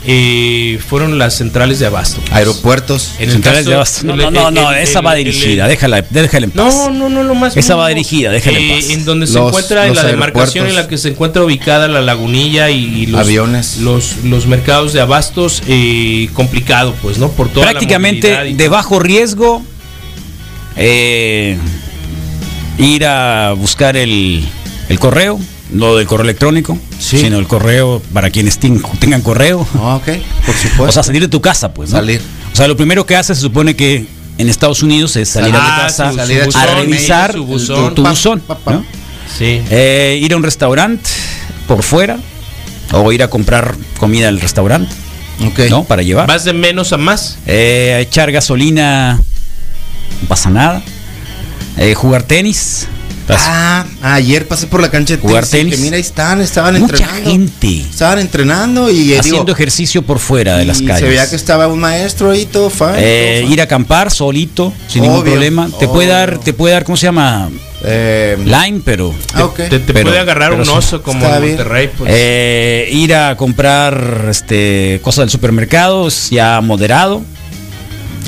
Speaker 5: eh, fueron las centrales de abasto.
Speaker 3: Aeropuertos.
Speaker 5: En el
Speaker 1: Centrales
Speaker 5: caso-
Speaker 1: de abasto. No,
Speaker 5: el-
Speaker 1: no, no,
Speaker 5: el-
Speaker 1: no,
Speaker 5: el-
Speaker 1: esa va
Speaker 5: el-
Speaker 1: dirigida,
Speaker 5: el-
Speaker 1: déjala, déjala en paz.
Speaker 5: No, no, no, lo más.
Speaker 1: Esa va
Speaker 5: mínimo. Eh,
Speaker 1: dirigida, déjala en paz.
Speaker 5: en donde se
Speaker 1: Los-
Speaker 5: encuentra en
Speaker 1: los
Speaker 5: la demarcación
Speaker 1: aeropuertos.
Speaker 5: en la que se encuentra ubicada la lagunilla y, y los
Speaker 3: Aviones.
Speaker 5: Los, los mercados de abastos, eh, complicado, pues, ¿no? Por toda la movilidad
Speaker 1: Prácticamente
Speaker 5: y-
Speaker 1: de bajo riesgo eh, ir a buscar el, el correo, no del correo electrónico, sino el correo para quienes ten- tengan correo.
Speaker 3: Ah, por supuesto.
Speaker 1: O sea, salir de tu casa, pues, ¿no?
Speaker 3: Salir.
Speaker 1: O sea, lo primero que haces se supone que en Estados Unidos es salir a
Speaker 5: Ah,
Speaker 1: tu casa,
Speaker 5: su- su buzón,
Speaker 1: a revisar
Speaker 5: su
Speaker 1: tu
Speaker 5: buzón.
Speaker 1: tu
Speaker 5: Pa,
Speaker 1: buzón, ¿no?
Speaker 5: Sí.
Speaker 1: Eh, ir a un restaurante por fuera o ir a comprar comida al restaurante, ¿no? Para llevar.
Speaker 5: Vas de menos a más.
Speaker 1: Eh, a echar gasolina, no pasa nada. Eh, jugar tenis.
Speaker 3: Ah, ayer pasé por la cancha de
Speaker 1: Jugar
Speaker 3: tenis. y
Speaker 1: tenis.
Speaker 3: que mira, ahí están, estaban
Speaker 1: Mucha
Speaker 3: entrenando.
Speaker 1: gente
Speaker 3: Estaban entrenando y eh,
Speaker 1: haciendo
Speaker 3: digo,
Speaker 1: ejercicio por fuera de las
Speaker 3: y
Speaker 1: calles.
Speaker 3: se veía que estaba un maestro ahí, todo fan.
Speaker 1: Eh, ir a acampar solito, sin ningún
Speaker 3: Obvio,
Speaker 1: problema. Te puede dar, te puede dar, ¿cómo se llama? Lime, pero.
Speaker 3: Eh, Ah, ok.
Speaker 5: Te, te
Speaker 1: pero-
Speaker 5: puede agarrar
Speaker 1: pero
Speaker 5: un
Speaker 1: sí.
Speaker 5: oso como
Speaker 1: Está
Speaker 5: en
Speaker 1: bien.
Speaker 5: Monterrey, pues.
Speaker 1: Eh, ir a comprar este, cosas del supermercado, es ya moderado.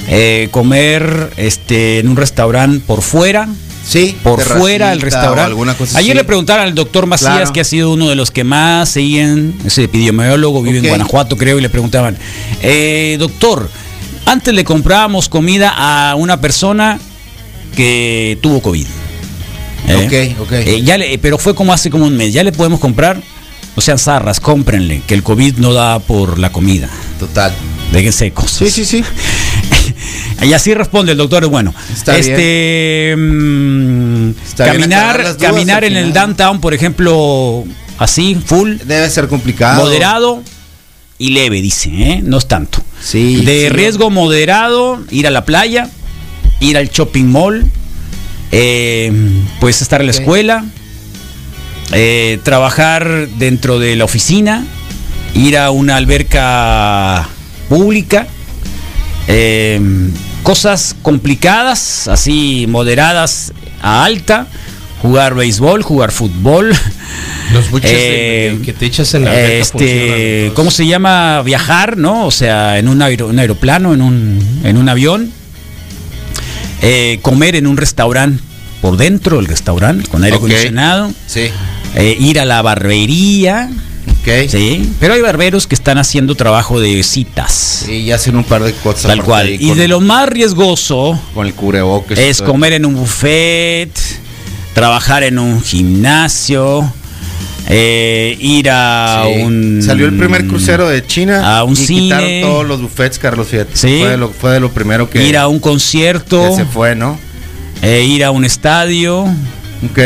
Speaker 1: Eh, comer este, en un restaurante por fuera.
Speaker 3: Sí,
Speaker 1: por
Speaker 3: terracita
Speaker 1: fuera el restaurante.
Speaker 3: o alguna cosa
Speaker 1: Ayer
Speaker 3: así.
Speaker 1: le preguntaron al doctor Macías,
Speaker 3: Claro.
Speaker 1: que ha sido uno de los que más siguen, es epidemiólogo, vive
Speaker 3: Ok.
Speaker 1: en Guanajuato, creo, y le preguntaban, eh, doctor, antes le comprábamos comida a una persona que tuvo COVID. ¿eh?
Speaker 3: Ok, ok.
Speaker 1: Eh, ya le- pero fue como hace como un mes, ya le podemos comprar, o sea, zarras, cómprenle, que el COVID no da por la comida.
Speaker 3: Total.
Speaker 1: Déjense de cosas.
Speaker 3: Sí, sí, sí.
Speaker 1: Y así responde el doctor. Bueno,
Speaker 3: Está
Speaker 1: este mm,
Speaker 3: Está bien aclarar
Speaker 1: caminar,
Speaker 3: las dudas
Speaker 1: caminar
Speaker 3: al
Speaker 1: en el
Speaker 3: final.
Speaker 1: downtown, por ejemplo, así, full,
Speaker 3: Debe ser complicado.
Speaker 1: moderado y leve, dice, ¿eh? no es tanto.
Speaker 3: Sí.
Speaker 1: De
Speaker 3: sí,
Speaker 1: riesgo moderado, ir a la playa, ir al shopping mall, eh, puedes estar en la
Speaker 3: Ok.
Speaker 1: escuela, eh, trabajar dentro de la oficina, ir a una alberca pública, eh, cosas complicadas, así moderadas a alta, jugar béisbol, jugar fútbol.
Speaker 5: Los buches
Speaker 1: Eh,
Speaker 5: de- de- que te echas en la alberca funcionan,
Speaker 1: este,
Speaker 5: ¿no?
Speaker 1: ¿cómo se llama? Viajar, ¿no? O sea, en un, aero- un aeroplano, en un, en un avión. Eh, comer en un restaurante por dentro del restaurante, con aire
Speaker 3: Ok.
Speaker 1: acondicionado.
Speaker 3: Sí.
Speaker 1: Eh, ir a la barbería.
Speaker 3: Ok.
Speaker 1: Sí. Pero hay barberos que están haciendo trabajo de citas.
Speaker 3: Y ya hacen un par de cosas.
Speaker 1: Tal
Speaker 3: aparte
Speaker 1: cual.
Speaker 3: ahí
Speaker 1: Y
Speaker 3: con-
Speaker 1: de lo más riesgoso
Speaker 3: Con el cubrebocas. y
Speaker 1: es
Speaker 3: todo.
Speaker 1: comer en un buffet, trabajar en un gimnasio, eh, ir a
Speaker 3: Sí.
Speaker 1: un...
Speaker 3: Salió el primer crucero de China
Speaker 1: A un
Speaker 3: y quitaron
Speaker 1: cine.
Speaker 3: todos los buffets, Carlos. Fíjate.
Speaker 1: Sí. oh.
Speaker 3: Fue, de lo, fue de lo primero que,
Speaker 1: ir a un concierto,
Speaker 3: que se fue, ¿no?
Speaker 1: eh, ir a un estadio,
Speaker 3: Ok.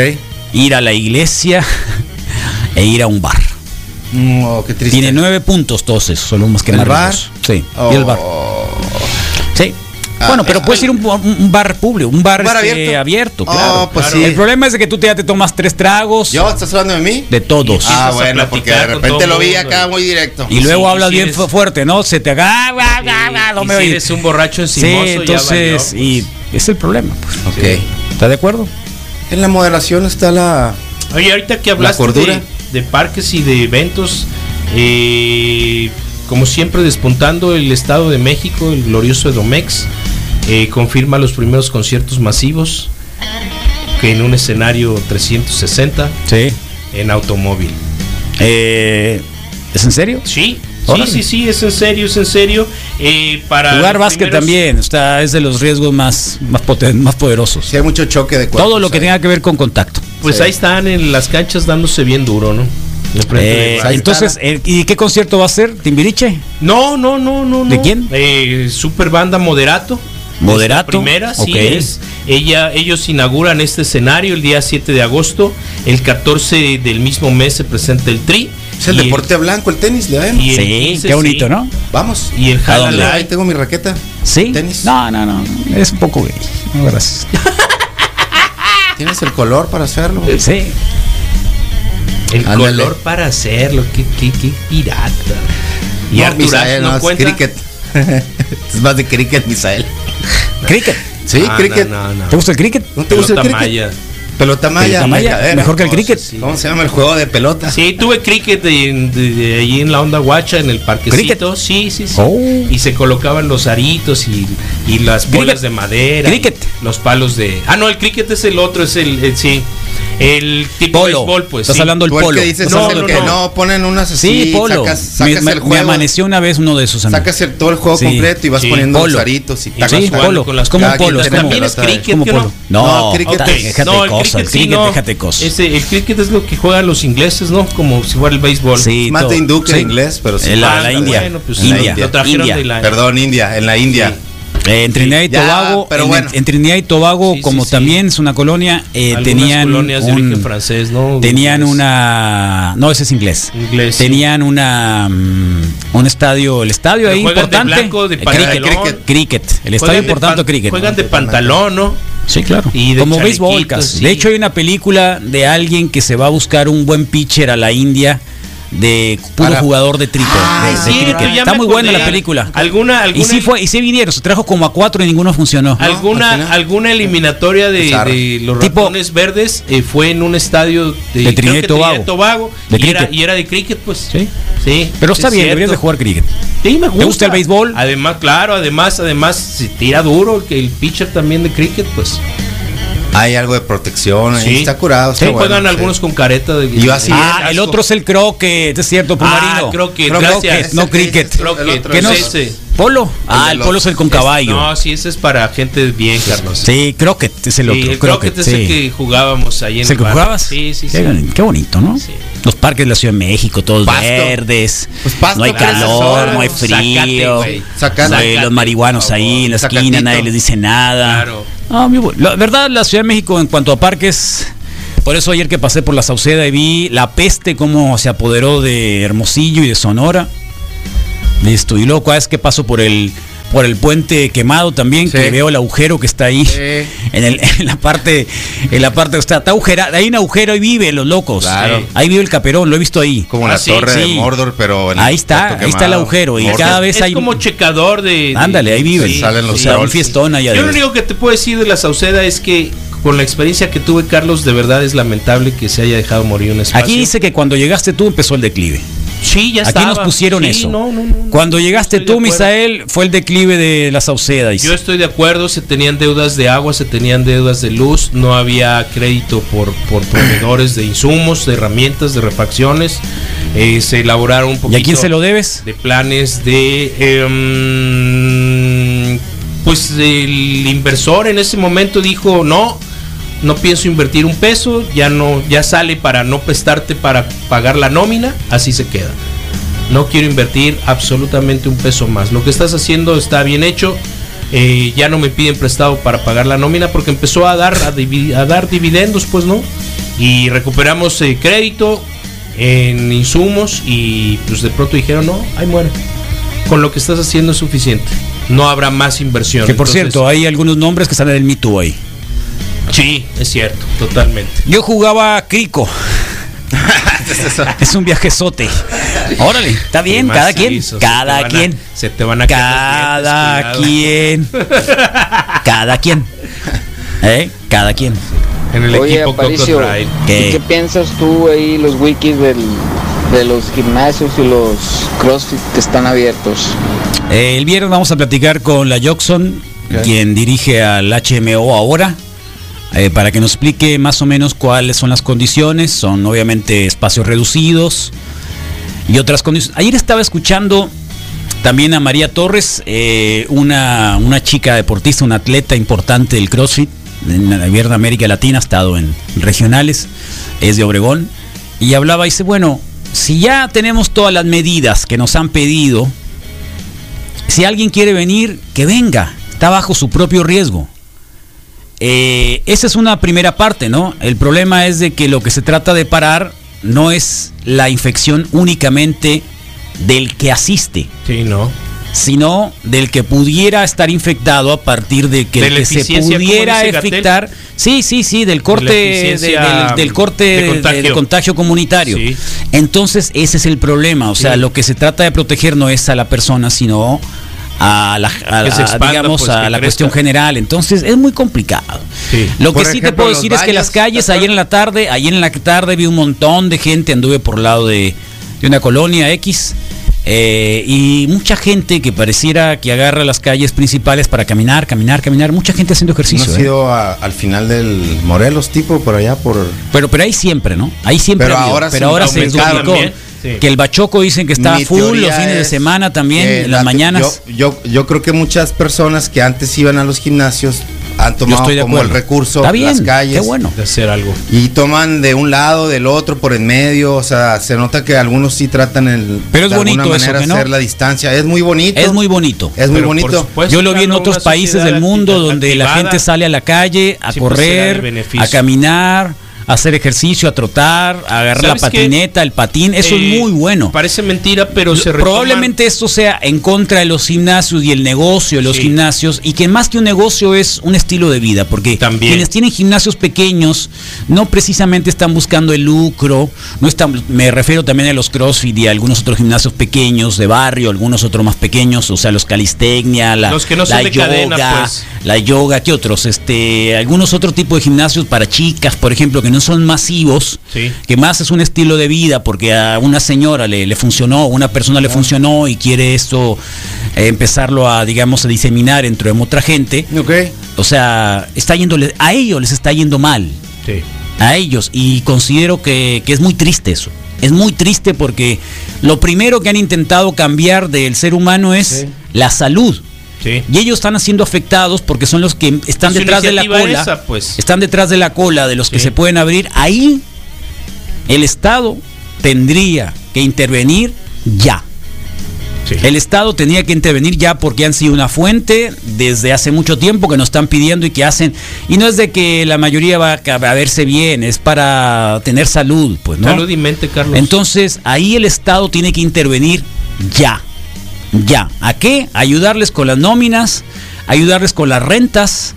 Speaker 1: ir a la iglesia e ir a un bar.
Speaker 3: No, Mm, oh, qué triste.
Speaker 1: Tiene nueve puntos todos esos, son los más que
Speaker 3: ¿El
Speaker 1: más
Speaker 3: bar?
Speaker 1: ricos. Sí, y el bar.
Speaker 3: Oh.
Speaker 1: Sí.
Speaker 3: Ah,
Speaker 1: bueno, pero
Speaker 3: ah,
Speaker 1: puedes ir a un, un- un bar público, un bar,
Speaker 3: ¿Un bar
Speaker 1: este,
Speaker 3: abierto?
Speaker 1: abierto,
Speaker 3: Oh,
Speaker 1: claro.
Speaker 3: pues
Speaker 1: claro.
Speaker 3: sí.
Speaker 1: El problema es de que tú te- ya te tomas tres tragos
Speaker 3: ¿Yo? ¿Estás hablando de mí?
Speaker 1: de todos.
Speaker 3: Ah,
Speaker 5: a
Speaker 3: bueno,
Speaker 5: platicar
Speaker 3: porque de
Speaker 5: con
Speaker 3: repente
Speaker 5: todo
Speaker 3: lo vi
Speaker 5: mundo.
Speaker 3: acá muy directo.
Speaker 1: Y luego
Speaker 5: Sí,
Speaker 1: hablas
Speaker 5: sí
Speaker 1: bien
Speaker 5: eres-
Speaker 1: fu- fuerte, ¿no? Se te haga. ah, ah, ah, no
Speaker 5: Y
Speaker 1: me
Speaker 5: si
Speaker 1: oí.
Speaker 5: eres un borracho
Speaker 1: Sí,
Speaker 5: encimoso, ya
Speaker 1: entonces.
Speaker 5: valió, pues.
Speaker 1: Y es el problema. Pues.
Speaker 3: Ok.
Speaker 1: ¿Estás de acuerdo?
Speaker 3: En la moderación está la.
Speaker 5: Oye, ahorita que hablaste
Speaker 3: La cordura.
Speaker 5: de, de parques y de eventos, eh, como siempre despuntando el Estado de México, el glorioso Edomex, eh, confirma los primeros conciertos masivos que en un escenario 360
Speaker 1: Sí.
Speaker 5: en automóvil.
Speaker 1: Eh, ¿Es en serio?
Speaker 5: Sí, sí,
Speaker 1: Órale.
Speaker 5: sí, sí, es en serio, es en serio. Eh, para
Speaker 1: Jugar
Speaker 5: los
Speaker 1: básquet
Speaker 5: primeros-
Speaker 1: también. O sea, es de los riesgos más, más, poten- más poderosos.
Speaker 3: Si hay mucho choque de cuerpos
Speaker 1: Todo lo que
Speaker 3: ahí.
Speaker 1: tenga que ver con contacto.
Speaker 5: Pues
Speaker 3: Sí.
Speaker 5: ahí están en las canchas dándose bien duro, ¿no? De frente
Speaker 1: Eh,
Speaker 5: de-
Speaker 3: ahí
Speaker 1: entonces, eh, ¿y qué concierto va a ser? ¿Timbiriche?
Speaker 5: No, no, no, no.
Speaker 1: ¿De
Speaker 5: no.
Speaker 1: quién?
Speaker 5: Eh, super banda Moderato.
Speaker 1: Moderato,
Speaker 5: Es la primera, sí
Speaker 1: ok.
Speaker 5: es. Ella, ellos inauguran este escenario el día 7 de agosto. El 14 del mismo mes se presenta el Tri.
Speaker 3: Es el
Speaker 5: Y
Speaker 3: deporte blanco, el tenis, le
Speaker 5: y
Speaker 3: vemos.
Speaker 5: el
Speaker 1: Sí,
Speaker 5: 15,
Speaker 1: qué bonito,
Speaker 5: sí.
Speaker 1: ¿no?
Speaker 3: Vamos.
Speaker 5: Y el
Speaker 1: ¿A dónde?
Speaker 3: Ahí
Speaker 5: Halal.
Speaker 3: tengo mi raqueta.
Speaker 1: Sí.
Speaker 3: Tenis.
Speaker 1: No, no, no. Es un poco gay. No, gracias.
Speaker 3: Tienes el color para hacerlo.
Speaker 1: Sí.
Speaker 5: El
Speaker 3: Ándale.
Speaker 5: color para hacerlo. Qué, qué, qué pirata. Y
Speaker 3: No,
Speaker 5: Arturash
Speaker 3: Misael,
Speaker 5: no,
Speaker 3: no, es
Speaker 5: cuenta.
Speaker 3: cricket. es más de cricket, Misael.
Speaker 1: ¿Cricket?
Speaker 3: Sí,
Speaker 5: Ah,
Speaker 3: cricket.
Speaker 5: No, no, no.
Speaker 1: ¿Te gusta el cricket?
Speaker 3: ¿No te gusta el
Speaker 5: Pelota
Speaker 3: cricket?
Speaker 5: maya.
Speaker 3: Pelota maya.
Speaker 1: Pelota maya,
Speaker 3: mercadera.
Speaker 1: mejor que el
Speaker 3: ¿Cómo se-
Speaker 1: cricket.
Speaker 3: ¿Cómo se llama el juego de pelota?
Speaker 5: Sí, tuve cricket de- de- de ahí en la onda guacha, en el parquecito. Sí, sí, sí.
Speaker 1: Oh.
Speaker 5: Y se colocaban los aritos y, y las
Speaker 1: Cricket.
Speaker 5: bolas de madera.
Speaker 1: Cricket.
Speaker 5: y Los palos de. Ah, no, el cricket es el otro, es el. el- sí. El tipo
Speaker 1: Polo.
Speaker 5: de béisbol, pues.
Speaker 1: Estás
Speaker 5: sí.
Speaker 1: hablando del
Speaker 3: Tú el
Speaker 1: polo.
Speaker 3: que dices
Speaker 5: No,
Speaker 3: es el
Speaker 5: no,
Speaker 3: que
Speaker 5: no.
Speaker 3: no. ponen unas así,
Speaker 1: Sí, polo.
Speaker 3: sacas,
Speaker 1: me,
Speaker 3: sacas
Speaker 1: me-
Speaker 3: el
Speaker 1: me
Speaker 3: juego,
Speaker 1: amaneció una vez uno de esos amigos.
Speaker 3: sacas el, todo el juego
Speaker 1: Sí.
Speaker 3: completo y vas
Speaker 5: Sí,
Speaker 3: poniendo los
Speaker 1: polo.
Speaker 3: aritos y
Speaker 5: Y
Speaker 3: tacas,
Speaker 1: Sí,
Speaker 3: tacas.
Speaker 1: polo.
Speaker 5: con las-
Speaker 1: Es como
Speaker 3: Cada
Speaker 1: un
Speaker 3: quien
Speaker 1: polo. Es
Speaker 3: tiene
Speaker 1: como,
Speaker 5: También es
Speaker 3: pelota de-
Speaker 5: cricket,
Speaker 1: como
Speaker 5: ¿qué
Speaker 1: polo.
Speaker 3: No,
Speaker 1: No,
Speaker 3: cricket
Speaker 1: no,
Speaker 5: Ok.
Speaker 1: déjate
Speaker 5: No, el
Speaker 1: cosas.
Speaker 5: cricket
Speaker 1: El
Speaker 5: sí,
Speaker 1: cricket,
Speaker 5: no.
Speaker 1: déjate cosas.
Speaker 5: Ese, el cricket es lo que juegan los ingleses, ¿no? Como si fuera el béisbol.
Speaker 1: Sí,
Speaker 3: Más
Speaker 1: todo.
Speaker 3: de hindú que de
Speaker 1: Sí.
Speaker 3: inglés, pero sí.
Speaker 1: Eh, La,
Speaker 5: Ah,
Speaker 1: la
Speaker 5: bueno,
Speaker 1: India.
Speaker 5: pues,
Speaker 3: la
Speaker 1: India.
Speaker 3: India.
Speaker 5: Lo trajeron
Speaker 1: India.
Speaker 5: de la-
Speaker 3: Perdón, India, en la India.
Speaker 1: Eh, en Trinidad y
Speaker 3: Ya,
Speaker 1: Tobago,
Speaker 3: pero
Speaker 1: en,
Speaker 3: bueno.
Speaker 1: en Trinidad y Tobago,
Speaker 5: Sí, sí,
Speaker 1: como
Speaker 5: sí.
Speaker 1: también es una colonia, eh,
Speaker 5: Algunas
Speaker 1: tenían
Speaker 5: colonias de
Speaker 1: un-
Speaker 5: origen francés, ¿no?
Speaker 1: tenían
Speaker 5: Inglés.
Speaker 1: una, no ese es inglés,
Speaker 5: Inglés, sí.
Speaker 1: tenían una mm, un estadio, el estadio
Speaker 5: Pero
Speaker 1: ahí
Speaker 5: juegan de
Speaker 1: importante,
Speaker 5: blanco, de
Speaker 1: eh,
Speaker 5: pantalón.
Speaker 1: cricket, cricket, el estadio
Speaker 5: Juegan de
Speaker 1: importante
Speaker 5: pan-
Speaker 1: cricket,
Speaker 5: Juegan de pantalón, ¿no?
Speaker 1: sí claro,
Speaker 5: y de
Speaker 1: como béisbol,
Speaker 5: chalequitos,
Speaker 1: casi.
Speaker 5: sí.
Speaker 1: de hecho hay una película de alguien que se va a buscar un buen pitcher a la India de puro
Speaker 3: Para-
Speaker 1: jugador de trico,
Speaker 3: Ah,
Speaker 1: de-
Speaker 3: es
Speaker 1: de
Speaker 3: cierto,
Speaker 1: cricket.
Speaker 5: ya
Speaker 1: está
Speaker 5: me
Speaker 1: muy buena
Speaker 5: acordé.
Speaker 1: la película,
Speaker 5: Alguna-
Speaker 1: y
Speaker 5: alguna-
Speaker 1: sí fue y sí vinieron, se trajo como a cuatro y ninguno funcionó,
Speaker 3: al
Speaker 5: alguna
Speaker 3: final.
Speaker 5: alguna eliminatoria de,
Speaker 3: Pizarro.
Speaker 5: de los
Speaker 1: Tipo-
Speaker 5: ratones verdes eh, fue en un estadio
Speaker 1: De
Speaker 5: creo
Speaker 1: Trinidad y
Speaker 5: que
Speaker 1: Tobago. De
Speaker 5: y, era,
Speaker 1: cricket.
Speaker 5: y era de cricket pues
Speaker 1: Sí.
Speaker 5: sí
Speaker 1: pero está
Speaker 5: es
Speaker 1: bien,
Speaker 5: cierto.
Speaker 1: deberías de jugar cricket.
Speaker 5: Sí, me gusta.
Speaker 1: gusta el béisbol?
Speaker 5: además claro además además si tira duro que el pitcher también de cricket pues
Speaker 3: Hay algo de protección, ahí
Speaker 5: Sí.
Speaker 3: está curado.
Speaker 5: sí,
Speaker 3: Está bueno,
Speaker 5: juegan
Speaker 3: sí.
Speaker 5: algunos con careta de
Speaker 3: Y yo así-
Speaker 1: Ah,
Speaker 3: Asco.
Speaker 1: el otro es el croquet, es cierto, Pumarino.
Speaker 5: Ah, croquet,
Speaker 3: Creo que
Speaker 5: gracias.
Speaker 3: es
Speaker 1: no
Speaker 3: el que
Speaker 1: cricket.
Speaker 3: dices tú, el
Speaker 5: Creo que-
Speaker 3: otro
Speaker 1: ¿Qué
Speaker 3: es
Speaker 1: no
Speaker 3: el-
Speaker 1: es? ¿Polo? Ah, el
Speaker 3: los-
Speaker 1: polo es el con caballo.
Speaker 5: no sí ese es para gente bien Carlos
Speaker 1: Sí, croquet es el
Speaker 5: Sí,
Speaker 1: otro.
Speaker 5: el croquet es el que jugábamos ahí en
Speaker 1: ¿Es el que
Speaker 5: barrio.
Speaker 1: jugabas?
Speaker 5: sí sí sí
Speaker 1: Qué, qué bonito, ¿no?
Speaker 5: Sí.
Speaker 1: Los parques de la Ciudad de México, todos
Speaker 3: Pasto.
Speaker 1: verdes.
Speaker 3: Pues pasto
Speaker 1: no hay
Speaker 3: crece
Speaker 1: calor,
Speaker 3: solo,
Speaker 1: no hay
Speaker 5: zacate,
Speaker 1: frío.
Speaker 5: pues, güey.
Speaker 3: Zacate.
Speaker 1: No hay
Speaker 5: Zacate,
Speaker 1: los marihuanos
Speaker 5: por favor.
Speaker 1: ahí en la esquina,
Speaker 3: Zacatito.
Speaker 1: nadie les dice nada.
Speaker 5: Claro.
Speaker 1: Ah, muy bueno. La verdad, la Ciudad de México en cuanto a parques. Por eso ayer que pasé por la Sauceda y vi la peste cómo se apoderó de Hermosillo y de Sonora. Listo. Y luego cada vez que paso por el por el puente quemado también,
Speaker 3: Sí.
Speaker 1: que veo el agujero que está ahí.
Speaker 3: Sí.
Speaker 1: En, el- en la parte, en la parte que está, está agujerada, hay un agujero y vive los locos.
Speaker 3: Claro.
Speaker 1: Sí. Ahí vive el caperón, lo he visto ahí.
Speaker 3: Como
Speaker 5: Ah,
Speaker 3: la
Speaker 5: sí,
Speaker 3: torre de
Speaker 1: sí.
Speaker 3: Mordor, pero en
Speaker 1: Ahí está,
Speaker 3: Puerto
Speaker 1: ahí está el
Speaker 3: Quemado.
Speaker 1: agujero, y
Speaker 3: Mordor.
Speaker 1: cada vez-
Speaker 5: es
Speaker 1: hay-
Speaker 5: como checador de, de-
Speaker 1: Ándale, ahí vive.
Speaker 3: Sí, salen los
Speaker 1: o sea, un
Speaker 3: trolls.
Speaker 1: fiestón allá
Speaker 5: Yo lo
Speaker 1: de-
Speaker 5: único que te puedo decir de la Sauceda es que con la experiencia que tuve, Carlos, de verdad es lamentable que se haya dejado morir un espacio.
Speaker 1: Aquí dice que cuando llegaste tú empezó el declive.
Speaker 5: sí, ya
Speaker 1: Aquí
Speaker 5: estaba.
Speaker 1: nos pusieron
Speaker 5: Sí,
Speaker 1: eso.
Speaker 5: no, no, no.
Speaker 1: Cuando llegaste
Speaker 5: Estoy de
Speaker 1: tú,
Speaker 5: acuerdo.
Speaker 1: Misael, fue el declive de la Sauceda. dice.
Speaker 5: Yo estoy de acuerdo, se tenían deudas de agua, se tenían deudas de luz, no había crédito por, por proveedores de insumos, de herramientas, de refacciones. Eh, se elaboraron un
Speaker 1: ¿Y
Speaker 5: poquito
Speaker 1: a quién se lo debes?
Speaker 5: de planes de em, pues el inversor en ese momento dijo no no pienso invertir un peso ya no ya sale para no prestarte para pagar la nómina así se queda no quiero invertir absolutamente un peso más lo que estás haciendo está bien hecho eh, ya no me piden prestado para pagar la nómina porque empezó a dar a, divi- a dar dividendos pues no y recuperamos eh, crédito en insumos y pues de pronto dijeron no ahí muere con lo que estás haciendo es suficiente no habrá más inversión
Speaker 1: que por
Speaker 5: Entonces,
Speaker 1: cierto, hay algunos nombres que están en el Me Too ahí.
Speaker 5: sí es cierto totalmente
Speaker 1: Yo jugaba a crico. es un viajezote. Órale, está bien,
Speaker 5: Además,
Speaker 1: cada quien,
Speaker 5: sí, se te
Speaker 1: cada
Speaker 5: van a-
Speaker 1: quien.
Speaker 5: se te van a caer
Speaker 1: Cada
Speaker 5: los dientes,
Speaker 1: quien. Cada quien. ¿Eh? Cada quien.
Speaker 5: cuidado. en el
Speaker 11: Oye,
Speaker 5: equipo
Speaker 11: Aparicio,
Speaker 5: Coco Trail.
Speaker 1: ¿Qué?
Speaker 11: ¿y qué piensas tú ahí los wikis del, de los gimnasios y los crossfit que están abiertos?
Speaker 1: Eh, el viernes vamos a platicar con la Jackson, quien dirige al HMO ahora, eh, para que nos explique más o menos cuáles son las condiciones. Son obviamente espacios reducidos y otras condiciones. Ayer estaba escuchando también a María Torres, eh, una, una chica deportista, una atleta importante del CrossFit, en la abierta América Latina, ha estado en regionales, es de Obregón, y hablaba y dice, bueno, si ya tenemos todas las medidas que nos han pedido, si alguien quiere venir, que venga. Está bajo su propio riesgo. Eh, esa es una primera parte, ¿no? El problema es de que lo que se trata de parar no es la infección únicamente del que asiste,
Speaker 5: sí no
Speaker 1: sino del que pudiera estar infectado a partir de que
Speaker 5: De
Speaker 1: el
Speaker 5: la
Speaker 1: que se
Speaker 5: eficiencia, como
Speaker 1: pudiera
Speaker 5: dice Gatell.
Speaker 1: infectar. Sí, sí, sí, del corte de-
Speaker 5: eficiencia
Speaker 1: del, del corte
Speaker 5: de
Speaker 1: de de contagio,
Speaker 5: contagio.
Speaker 1: comunitario.
Speaker 5: Sí.
Speaker 1: Entonces, ese es el problema. O sea,
Speaker 5: Sí.
Speaker 1: lo que se trata de proteger no es a la persona, sino a la, a-
Speaker 5: Que se
Speaker 1: a-
Speaker 5: expanda,
Speaker 1: digamos,
Speaker 5: pues,
Speaker 1: a
Speaker 5: que
Speaker 1: la
Speaker 5: crezca.
Speaker 1: cuestión general. Entonces es muy complicado. Lo
Speaker 5: Por
Speaker 1: que sí te
Speaker 5: ejemplo,
Speaker 1: puedo
Speaker 5: los
Speaker 1: decir es que las calles, ayer en la tarde, ayer en la tarde vi un montón de gente, anduve por lado de, de una colonia X. eh, y mucha gente que pareciera que agarra las calles principales para caminar, caminar, caminar, mucha gente haciendo
Speaker 3: ¿No
Speaker 1: ejercicio.
Speaker 3: has
Speaker 1: ¿eh?
Speaker 3: ido a- al final del Morelos, tipo, por allá, por...
Speaker 1: ¿eh? Pero, pero ahí siempre, ¿no? Ahí siempre
Speaker 3: Pero
Speaker 1: ha habido,
Speaker 3: ahora
Speaker 1: pero
Speaker 3: sí,
Speaker 1: ahora se
Speaker 3: aumentado
Speaker 1: duplicó.
Speaker 3: también, sí.
Speaker 1: Que el Bachoco dicen que está
Speaker 3: Mi
Speaker 1: full los
Speaker 3: teoría
Speaker 1: fines de
Speaker 3: es
Speaker 1: semana también,
Speaker 3: que
Speaker 1: en las
Speaker 3: la-
Speaker 1: mañanas.
Speaker 3: Yo, yo, yo creo que muchas personas que antes iban a los gimnasios han tomado
Speaker 1: estoy de
Speaker 3: como el
Speaker 1: acuerdo.
Speaker 3: recurso
Speaker 1: Está bien,
Speaker 3: las calles.
Speaker 1: qué bueno.
Speaker 5: De hacer algo.
Speaker 3: Y toman de un lado, del otro, por en medio. O sea, se nota que algunos sí tratan el.
Speaker 1: Pero es
Speaker 3: de alguna
Speaker 1: bonito eso,
Speaker 3: manera
Speaker 1: ¿que no?
Speaker 3: hacer la distancia. Es muy bonito.
Speaker 1: Es muy bonito.
Speaker 3: Es
Speaker 1: Pero
Speaker 3: muy
Speaker 1: por
Speaker 3: bonito.
Speaker 1: supuesto, Yo lo vi en
Speaker 5: Carlos,
Speaker 1: otros
Speaker 5: una
Speaker 1: países
Speaker 5: sociedad
Speaker 1: del mundo
Speaker 5: acti-
Speaker 1: donde la
Speaker 5: activada
Speaker 1: gente sale a la calle a
Speaker 5: siempre será de
Speaker 1: correr,
Speaker 5: beneficio.
Speaker 1: a caminar, a hacer ejercicio, a trotar, a agarrar la
Speaker 5: ¿Sabes qué?
Speaker 1: patineta, el patín. Eso
Speaker 5: Eh,
Speaker 1: es muy bueno.
Speaker 5: Parece mentira, pero se retoman-
Speaker 1: Probablemente esto sea en contra de los gimnasios y el negocio de los
Speaker 5: Sí.
Speaker 1: gimnasios y que más que un negocio es un estilo de vida, porque quienes tienen gimnasios pequeños no precisamente están buscando el lucro, no están, me refiero también a los CrossFit y a algunos otros gimnasios pequeños de barrio, algunos otros más pequeños, o sea, los calistecnia, la,
Speaker 5: Los que no son
Speaker 1: la
Speaker 5: de
Speaker 1: yoga,
Speaker 5: cadena, pues.
Speaker 1: la yoga, ¿qué otros? Este, algunos otro tipo de gimnasios para chicas, por ejemplo, que no son masivos,
Speaker 5: Sí.
Speaker 1: que más es un estilo de vida porque a una señora le, le funcionó, a una persona le funcionó y quiere esto eh, empezarlo a, digamos, a diseminar entre otra gente. O sea, está yéndole, a ellos les está yendo mal,
Speaker 5: Sí.
Speaker 1: a ellos, y considero que, que es muy triste eso. Es muy triste porque lo primero que han intentado cambiar del ser humano es
Speaker 5: Sí.
Speaker 1: la salud.
Speaker 5: Sí.
Speaker 1: Y ellos están siendo afectados porque son los que están
Speaker 5: Su
Speaker 1: detrás de la
Speaker 5: iniciativa
Speaker 1: cola.
Speaker 5: esa, pues.
Speaker 1: Están detrás de la cola de los que se pueden abrir. Ahí el Estado tendría que intervenir ya. El Estado tenía que intervenir ya porque han sido una fuente desde hace mucho tiempo que nos están pidiendo y que hacen. Y no es de que la mayoría va a ca- a verse bien, es para tener salud, pues, ¿no?
Speaker 5: Salud y mente, Carlos.
Speaker 1: Entonces, ahí el Estado tiene que intervenir ya. Ya. ¿A qué? Ayudarles con las nóminas, ayudarles con las rentas,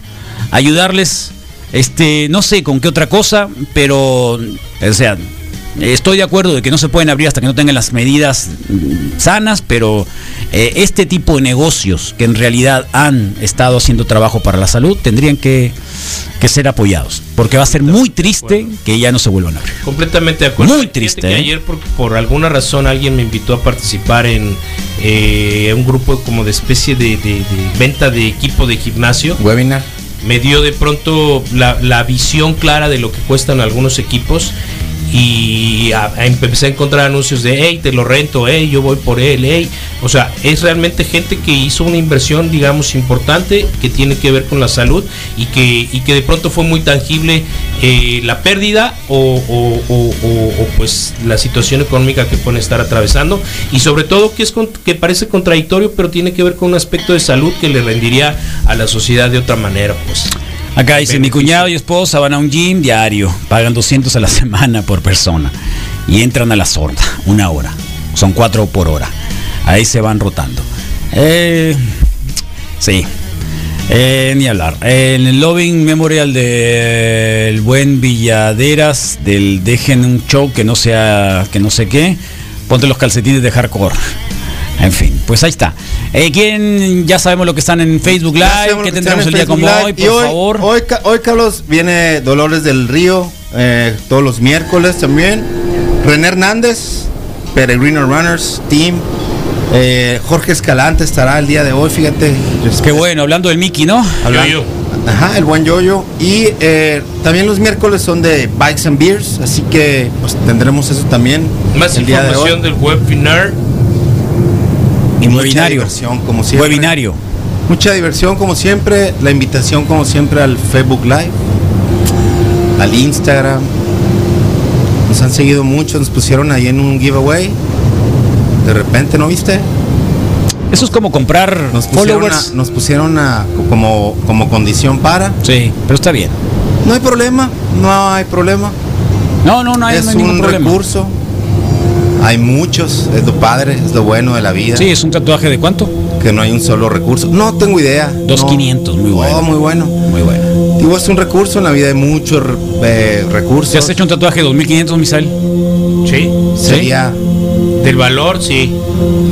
Speaker 1: ayudarles, este, no sé con qué otra cosa, pero, o sea, estoy de acuerdo de que no se pueden abrir hasta que no tengan las medidas mm, sanas, pero eh, este tipo de negocios que en realidad han estado haciendo trabajo para la salud tendrían que, que ser apoyados, porque va a ser muy triste que ya no se vuelvan a abrir.
Speaker 5: Completamente de acuerdo.
Speaker 1: Muy
Speaker 5: Fíjate
Speaker 1: triste,
Speaker 5: que
Speaker 1: ¿eh?
Speaker 5: ayer por, por alguna razón alguien me invitó a participar en eh, un grupo como de especie de, de- de venta de equipo de gimnasio.
Speaker 3: Webinar.
Speaker 5: Me dio de pronto la, la visión clara de lo que cuestan algunos equipos y a- a- empecé a encontrar anuncios de, hey, te lo rento, hey, yo voy por él, hey. O sea, es realmente gente que hizo una inversión, digamos, importante que tiene que ver con la salud y que, y que de pronto fue muy tangible eh, la pérdida o, o- o- o- o, pues la situación económica que pueden estar atravesando y sobre todo que es con- que parece contradictorio pero tiene que ver con un aspecto de salud que le rendiría a la sociedad de otra manera pues
Speaker 1: Acá dice, mi cuñado y esposa van a un gym diario, pagan 200 a la semana por persona y entran a la sorda, una hora, son cuatro por hora, ahí se van rotando. Eh, sí, Eh, ni hablar. En el Loving Memorial del buen Villaderas, del dejen un show que no sea, que no sé qué, ponte los calcetines de hardcore. En fin, pues ahí está. Eh, ¿Quién ya sabemos lo que están en Facebook Live?
Speaker 3: Ya
Speaker 1: ¿Qué
Speaker 3: sabemos lo que
Speaker 1: tendremos el
Speaker 3: está
Speaker 1: día
Speaker 3: en
Speaker 1: como
Speaker 3: Facebook
Speaker 1: hoy, por
Speaker 3: Live. Y hoy,
Speaker 1: favor?
Speaker 3: Hoy, Ca- hoy, Carlos, viene Dolores del Río, eh, todos los miércoles también. René Hernández, Peregrino Runners, Team. eh, Jorge Escalante estará el día de hoy, fíjate.
Speaker 1: Qué bueno, hablando del Mickey, ¿no?
Speaker 3: Hablando- Ajá, el buen yoyo. Y eh, también los miércoles son de Bikes and Beers, así que pues, tendremos eso también.
Speaker 5: más
Speaker 3: el día de hoy.
Speaker 5: información del webinar
Speaker 3: Y mucha
Speaker 1: Webinario.
Speaker 3: diversión, como siempre.
Speaker 1: Webinario.
Speaker 3: Mucha diversión, como siempre. La invitación, como siempre, al Facebook Live, al Instagram. Nos han seguido mucho, nos pusieron ahí en un giveaway. De repente, ¿no viste?
Speaker 1: Eso es como comprar
Speaker 3: Nos pusieron,
Speaker 1: followers.
Speaker 3: a- nos pusieron a- como, como condición para.
Speaker 1: Sí, pero está bien.
Speaker 3: No hay problema, no hay problema.
Speaker 1: No, no, no hay,
Speaker 3: es
Speaker 1: no hay ningún
Speaker 3: un
Speaker 1: problema.
Speaker 3: recurso. Hay muchos, es lo padre, es lo bueno de la vida.
Speaker 1: Sí, es un tatuaje de cuánto?
Speaker 3: Que no hay un solo recurso. No tengo idea. no.
Speaker 1: 2500, muy bueno.
Speaker 3: Oh, muy bueno.
Speaker 1: Muy bueno.
Speaker 3: Digo, es un recurso, en la vida hay muchos eh, recursos.
Speaker 1: ¿Te has hecho un tatuaje de 2500, Misael?
Speaker 5: sí
Speaker 3: Sería
Speaker 5: Del valor, sí.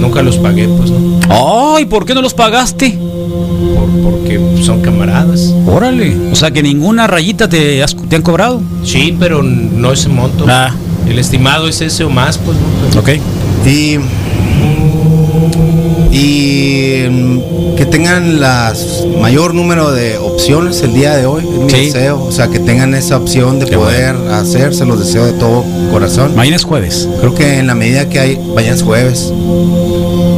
Speaker 5: Nunca los pagué, pues no.
Speaker 1: Ay, ¿por qué no los pagaste?
Speaker 5: Por- porque son camaradas.
Speaker 1: Órale. O sea que ninguna rayita te, has- te han cobrado.
Speaker 5: Sí, pero no ese monto.
Speaker 1: Ah.
Speaker 5: El estimado es ese o más, pues no. Pero-
Speaker 1: Ok.
Speaker 3: Y, y mm, que tengan las mayor número de opciones el día de hoy, es mi
Speaker 1: Sí.
Speaker 3: deseo. O sea, que tengan esa opción de poder hacer, se los deseo de todo corazón.
Speaker 1: Mañana es jueves.
Speaker 3: Creo que en la medida que hay, vayan jueves,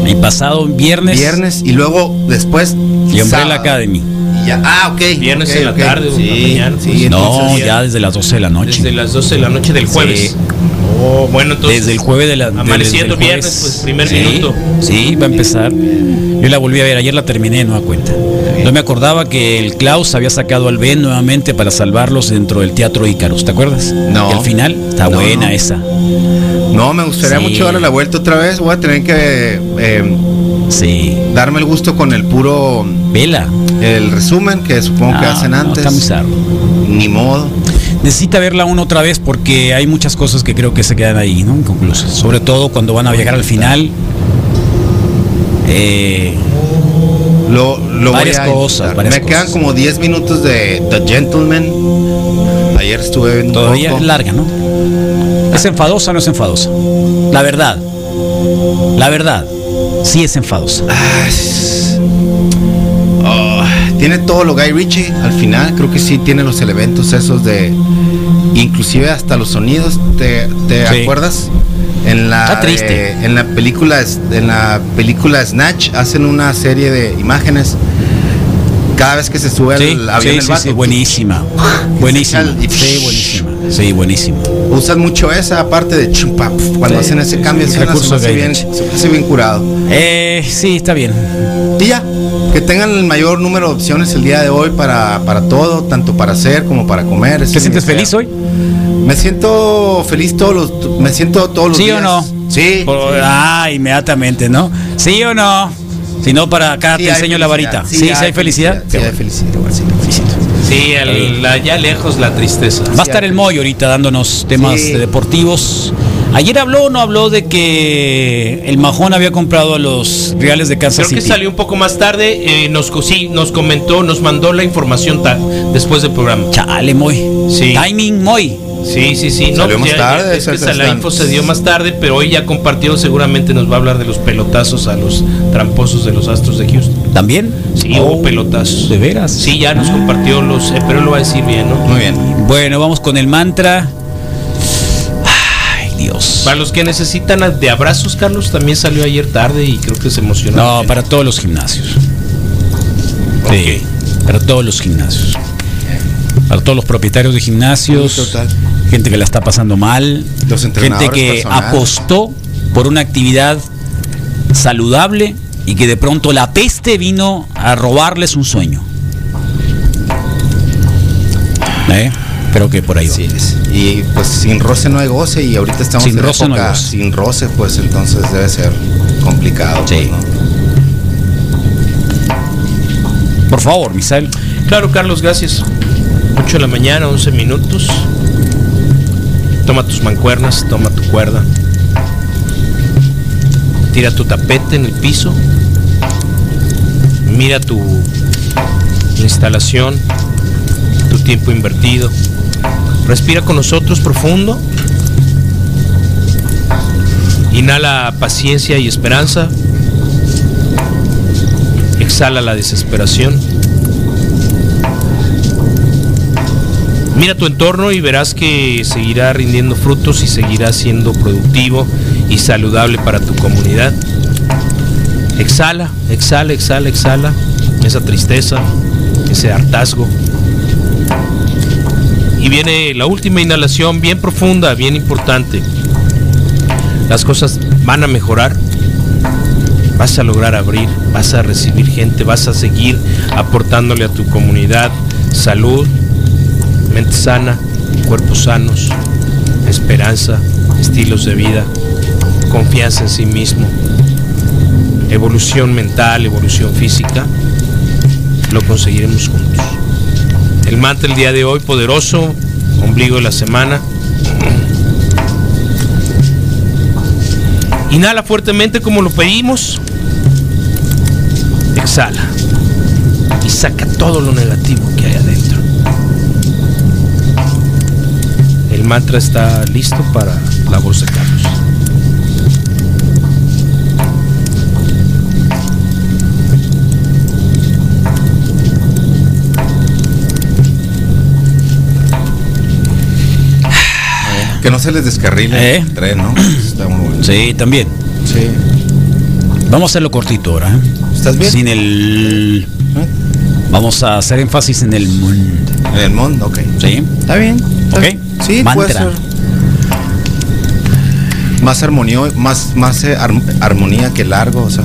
Speaker 1: Y pasado viernes.
Speaker 3: viernes y luego
Speaker 1: Y
Speaker 3: después.
Speaker 1: Umbrella
Speaker 3: sábado.
Speaker 1: Academy.
Speaker 3: Y ya- ah, ok.
Speaker 5: Viernes
Speaker 3: ok,
Speaker 5: en la
Speaker 3: ok.
Speaker 5: tarde, o en la
Speaker 3: Sí,
Speaker 5: mañana,
Speaker 3: sí,
Speaker 5: pues.
Speaker 1: No,
Speaker 3: entonces-
Speaker 1: ya desde las 12 de la noche.
Speaker 5: Desde las 12 de la noche del jueves.
Speaker 1: Sí.
Speaker 5: Oh, bueno, entonces.
Speaker 1: Desde el jueves de la de- desde
Speaker 5: Amaneciendo
Speaker 1: el
Speaker 5: viernes,
Speaker 1: jueves.
Speaker 5: pues, primer
Speaker 1: Sí,
Speaker 5: minuto.
Speaker 1: Sí, va a empezar. Yo la volví a ver, ayer la terminé, no da cuenta. No me acordaba que el Klaus había sacado al Ben nuevamente para salvarlos dentro del Teatro Ícaros, ¿te acuerdas?
Speaker 3: No.
Speaker 1: Y al final, está
Speaker 3: No,
Speaker 1: buena
Speaker 3: no.
Speaker 1: esa.
Speaker 3: No, me gustaría
Speaker 1: Sí.
Speaker 3: mucho darle la vuelta otra vez. Voy a tener que eh,
Speaker 1: Sí.
Speaker 3: darme el gusto con el puro
Speaker 1: Vela.
Speaker 3: el resumen que supongo que
Speaker 1: No,
Speaker 3: hacen
Speaker 1: Ah, no,
Speaker 3: antes.
Speaker 1: está muy zarro.
Speaker 3: Ni modo.
Speaker 1: Necesita verla una otra vez porque hay muchas cosas que creo que se quedan ahí, ¿no? Inconclusas. Sobre todo cuando van a viajar al final. Eh,
Speaker 3: Lo, lo voy
Speaker 1: Varias
Speaker 3: a
Speaker 1: cosas,
Speaker 3: intentar.
Speaker 1: varias
Speaker 3: Me quedan
Speaker 1: cosas.
Speaker 3: como 10 minutos de The Gentleman. Ayer estuve viendo un
Speaker 1: todavía
Speaker 3: poco.
Speaker 1: es larga, ¿no? ¿Es enfadosa o no es enfadosa? La verdad. La verdad. Sí es enfadosa.
Speaker 3: Ah, es- Oh, tiene todo lo Guy Ritchie al final, creo que sí tiene los elementos esos de inclusive hasta los sonidos, ¿te, te
Speaker 1: Sí.
Speaker 3: acuerdas? En la
Speaker 1: Está triste.
Speaker 3: de- en la película en la película Snatch hacen una serie de imágenes cada vez que se sube al
Speaker 1: Sí,
Speaker 3: avión
Speaker 1: sí,
Speaker 3: el
Speaker 1: sí,
Speaker 3: vato,
Speaker 1: sí, buenísima. Buenísima.
Speaker 3: Y-
Speaker 1: Sí, buenísima. Sí, buenísima.
Speaker 3: Usan mucho esa parte de chumpa cuando
Speaker 1: Sí,
Speaker 3: hacen ese
Speaker 1: sí,
Speaker 3: cambio,
Speaker 1: sí,
Speaker 3: suena- se me
Speaker 1: recursos
Speaker 3: hace
Speaker 1: Guy
Speaker 3: bien,
Speaker 1: Ritchie.
Speaker 3: se me hace bien curado.
Speaker 1: Eh, sí, está bien.
Speaker 3: Y ya, que tengan el mayor número de opciones el día de hoy para, para todo, tanto para hacer como para comer.
Speaker 1: ¿Te
Speaker 3: Ese es mi
Speaker 1: sientes
Speaker 3: deseo.
Speaker 1: feliz hoy?
Speaker 3: Me siento feliz todos los, me siento todos los
Speaker 1: ¿Sí
Speaker 3: días.
Speaker 1: o no?
Speaker 3: Sí.
Speaker 1: Por- ah, inmediatamente, ¿no? ¿Sí o no? Si no, para acá
Speaker 3: Sí
Speaker 1: te
Speaker 3: hay
Speaker 1: enseño la
Speaker 3: felicidad,
Speaker 1: varita. Sí, sí, hay felicidad.
Speaker 3: Sí, hay felicidad. sí.
Speaker 5: Sí, al- la- ya lejos la tristeza.
Speaker 1: Va a estar el Moy ahorita dándonos temas
Speaker 3: Sí.
Speaker 1: de deportivos. Ayer habló o no habló de que el Majón había comprado a los Reales de Kansas
Speaker 5: Creo que
Speaker 1: City.
Speaker 5: salió un poco más tarde. eh, nos, co- sí, nos comentó, nos mandó la información ta- después del programa.
Speaker 1: Chale, Moy.
Speaker 5: Sí.
Speaker 1: Timing, Moy.
Speaker 5: Sí, sí, sí. No,
Speaker 3: Salió
Speaker 5: pues
Speaker 3: más
Speaker 5: ya- ya-
Speaker 3: tarde,
Speaker 5: es que
Speaker 3: exacto,
Speaker 5: la info
Speaker 3: están-
Speaker 5: se dio más tarde, pero hoy ya compartió. Seguramente nos va a hablar de los pelotazos a los tramposos de los Astros de Houston.
Speaker 1: ¿También?
Speaker 5: Sí,
Speaker 1: Oh,
Speaker 5: hubo pelotazos.
Speaker 1: ¿De veras?
Speaker 5: Sí, ya nos compartió los. eh, pero él lo va a decir bien, ¿no?
Speaker 3: Muy bien.
Speaker 1: Bueno, vamos con el mantra. Ay, Dios.
Speaker 5: Para los que necesitan de abrazos, Carlos también salió ayer tarde y creo que se emocionó.
Speaker 1: No, para todos los gimnasios. Sí, para todos los gimnasios. Para todos los propietarios de gimnasios.
Speaker 3: Sí, total.
Speaker 1: Gente que la está pasando mal.
Speaker 3: Los
Speaker 1: gente
Speaker 3: entrenadores
Speaker 1: que
Speaker 3: personales.
Speaker 1: apostó por una actividad saludable y que de pronto la peste vino a robarles un sueño. ¿Eh? Pero que por ahí va.
Speaker 3: Así es. Y pues sin roce no hay goce y ahorita estamos
Speaker 1: Sin
Speaker 3: en
Speaker 1: roce no hay
Speaker 3: época
Speaker 1: goce.
Speaker 3: sin roce, pues entonces debe ser complicado.
Speaker 1: Sí.
Speaker 3: pues, ¿no?
Speaker 1: Por favor, Misael.
Speaker 5: Claro, Carlos, gracias. 8 de la mañana, 11 minutos. Toma tus mancuernas, toma tu cuerda. Tira tu tapete en el piso. Mira tu instalación, tu tiempo invertido. Respira con nosotros profundo. Inhala paciencia y esperanza. Exhala la desesperación. Mira tu entorno y verás que seguirá rindiendo frutos y seguirá siendo productivo y saludable para tu comunidad. Exhala, exhala, exhala, exhala esa tristeza, ese hartazgo. Y viene la última inhalación bien profunda, bien importante. Las cosas van a mejorar. Vas a lograr abrir, vas a recibir gente, vas a seguir aportándole a tu comunidad salud, mente sana, cuerpos sanos, esperanza, estilos de vida, confianza en sí mismo, evolución mental, evolución física, lo conseguiremos juntos. El mantra el día de hoy, poderoso, ombligo de la semana. Inhala fuertemente como lo pedimos. Exhala. Y saca todo lo negativo que hay adentro. El mantra está listo para la voz de Carlos.
Speaker 3: Que no se les descarrile el tren, ¿no? Está muy bueno.
Speaker 1: ¿Eh? Sí, también.
Speaker 3: Sí.
Speaker 1: Vamos a hacerlo cortito ahora. ¿eh?
Speaker 3: ¿Estás bien?
Speaker 1: Sin el. Vamos a hacer énfasis en el mundo.
Speaker 3: En el mundo, ok.
Speaker 1: Sí.
Speaker 3: Está bien.
Speaker 1: Ok.
Speaker 3: Sí, puede
Speaker 1: Mantra.
Speaker 3: ser. Más armonio, más, más eh, ar- armonía que largo, o sea.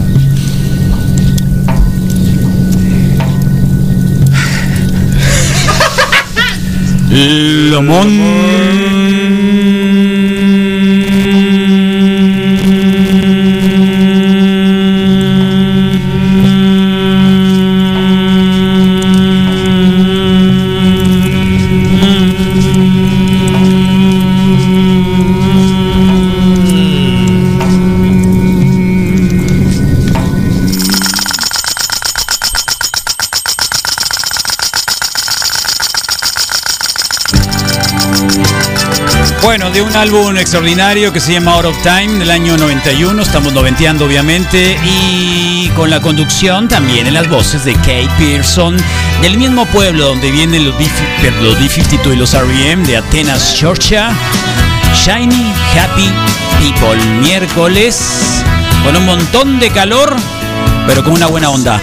Speaker 1: Bueno, de un álbum extraordinario que se llama Out of Time del año 91, estamos noventeando obviamente, y con la conducción también en las voces de Kate Pearson, del mismo pueblo donde vienen los B- los B-52 y los R.E.M. de Atenas, Georgia, Shiny Happy People, miércoles, con un montón de calor, pero con una buena onda.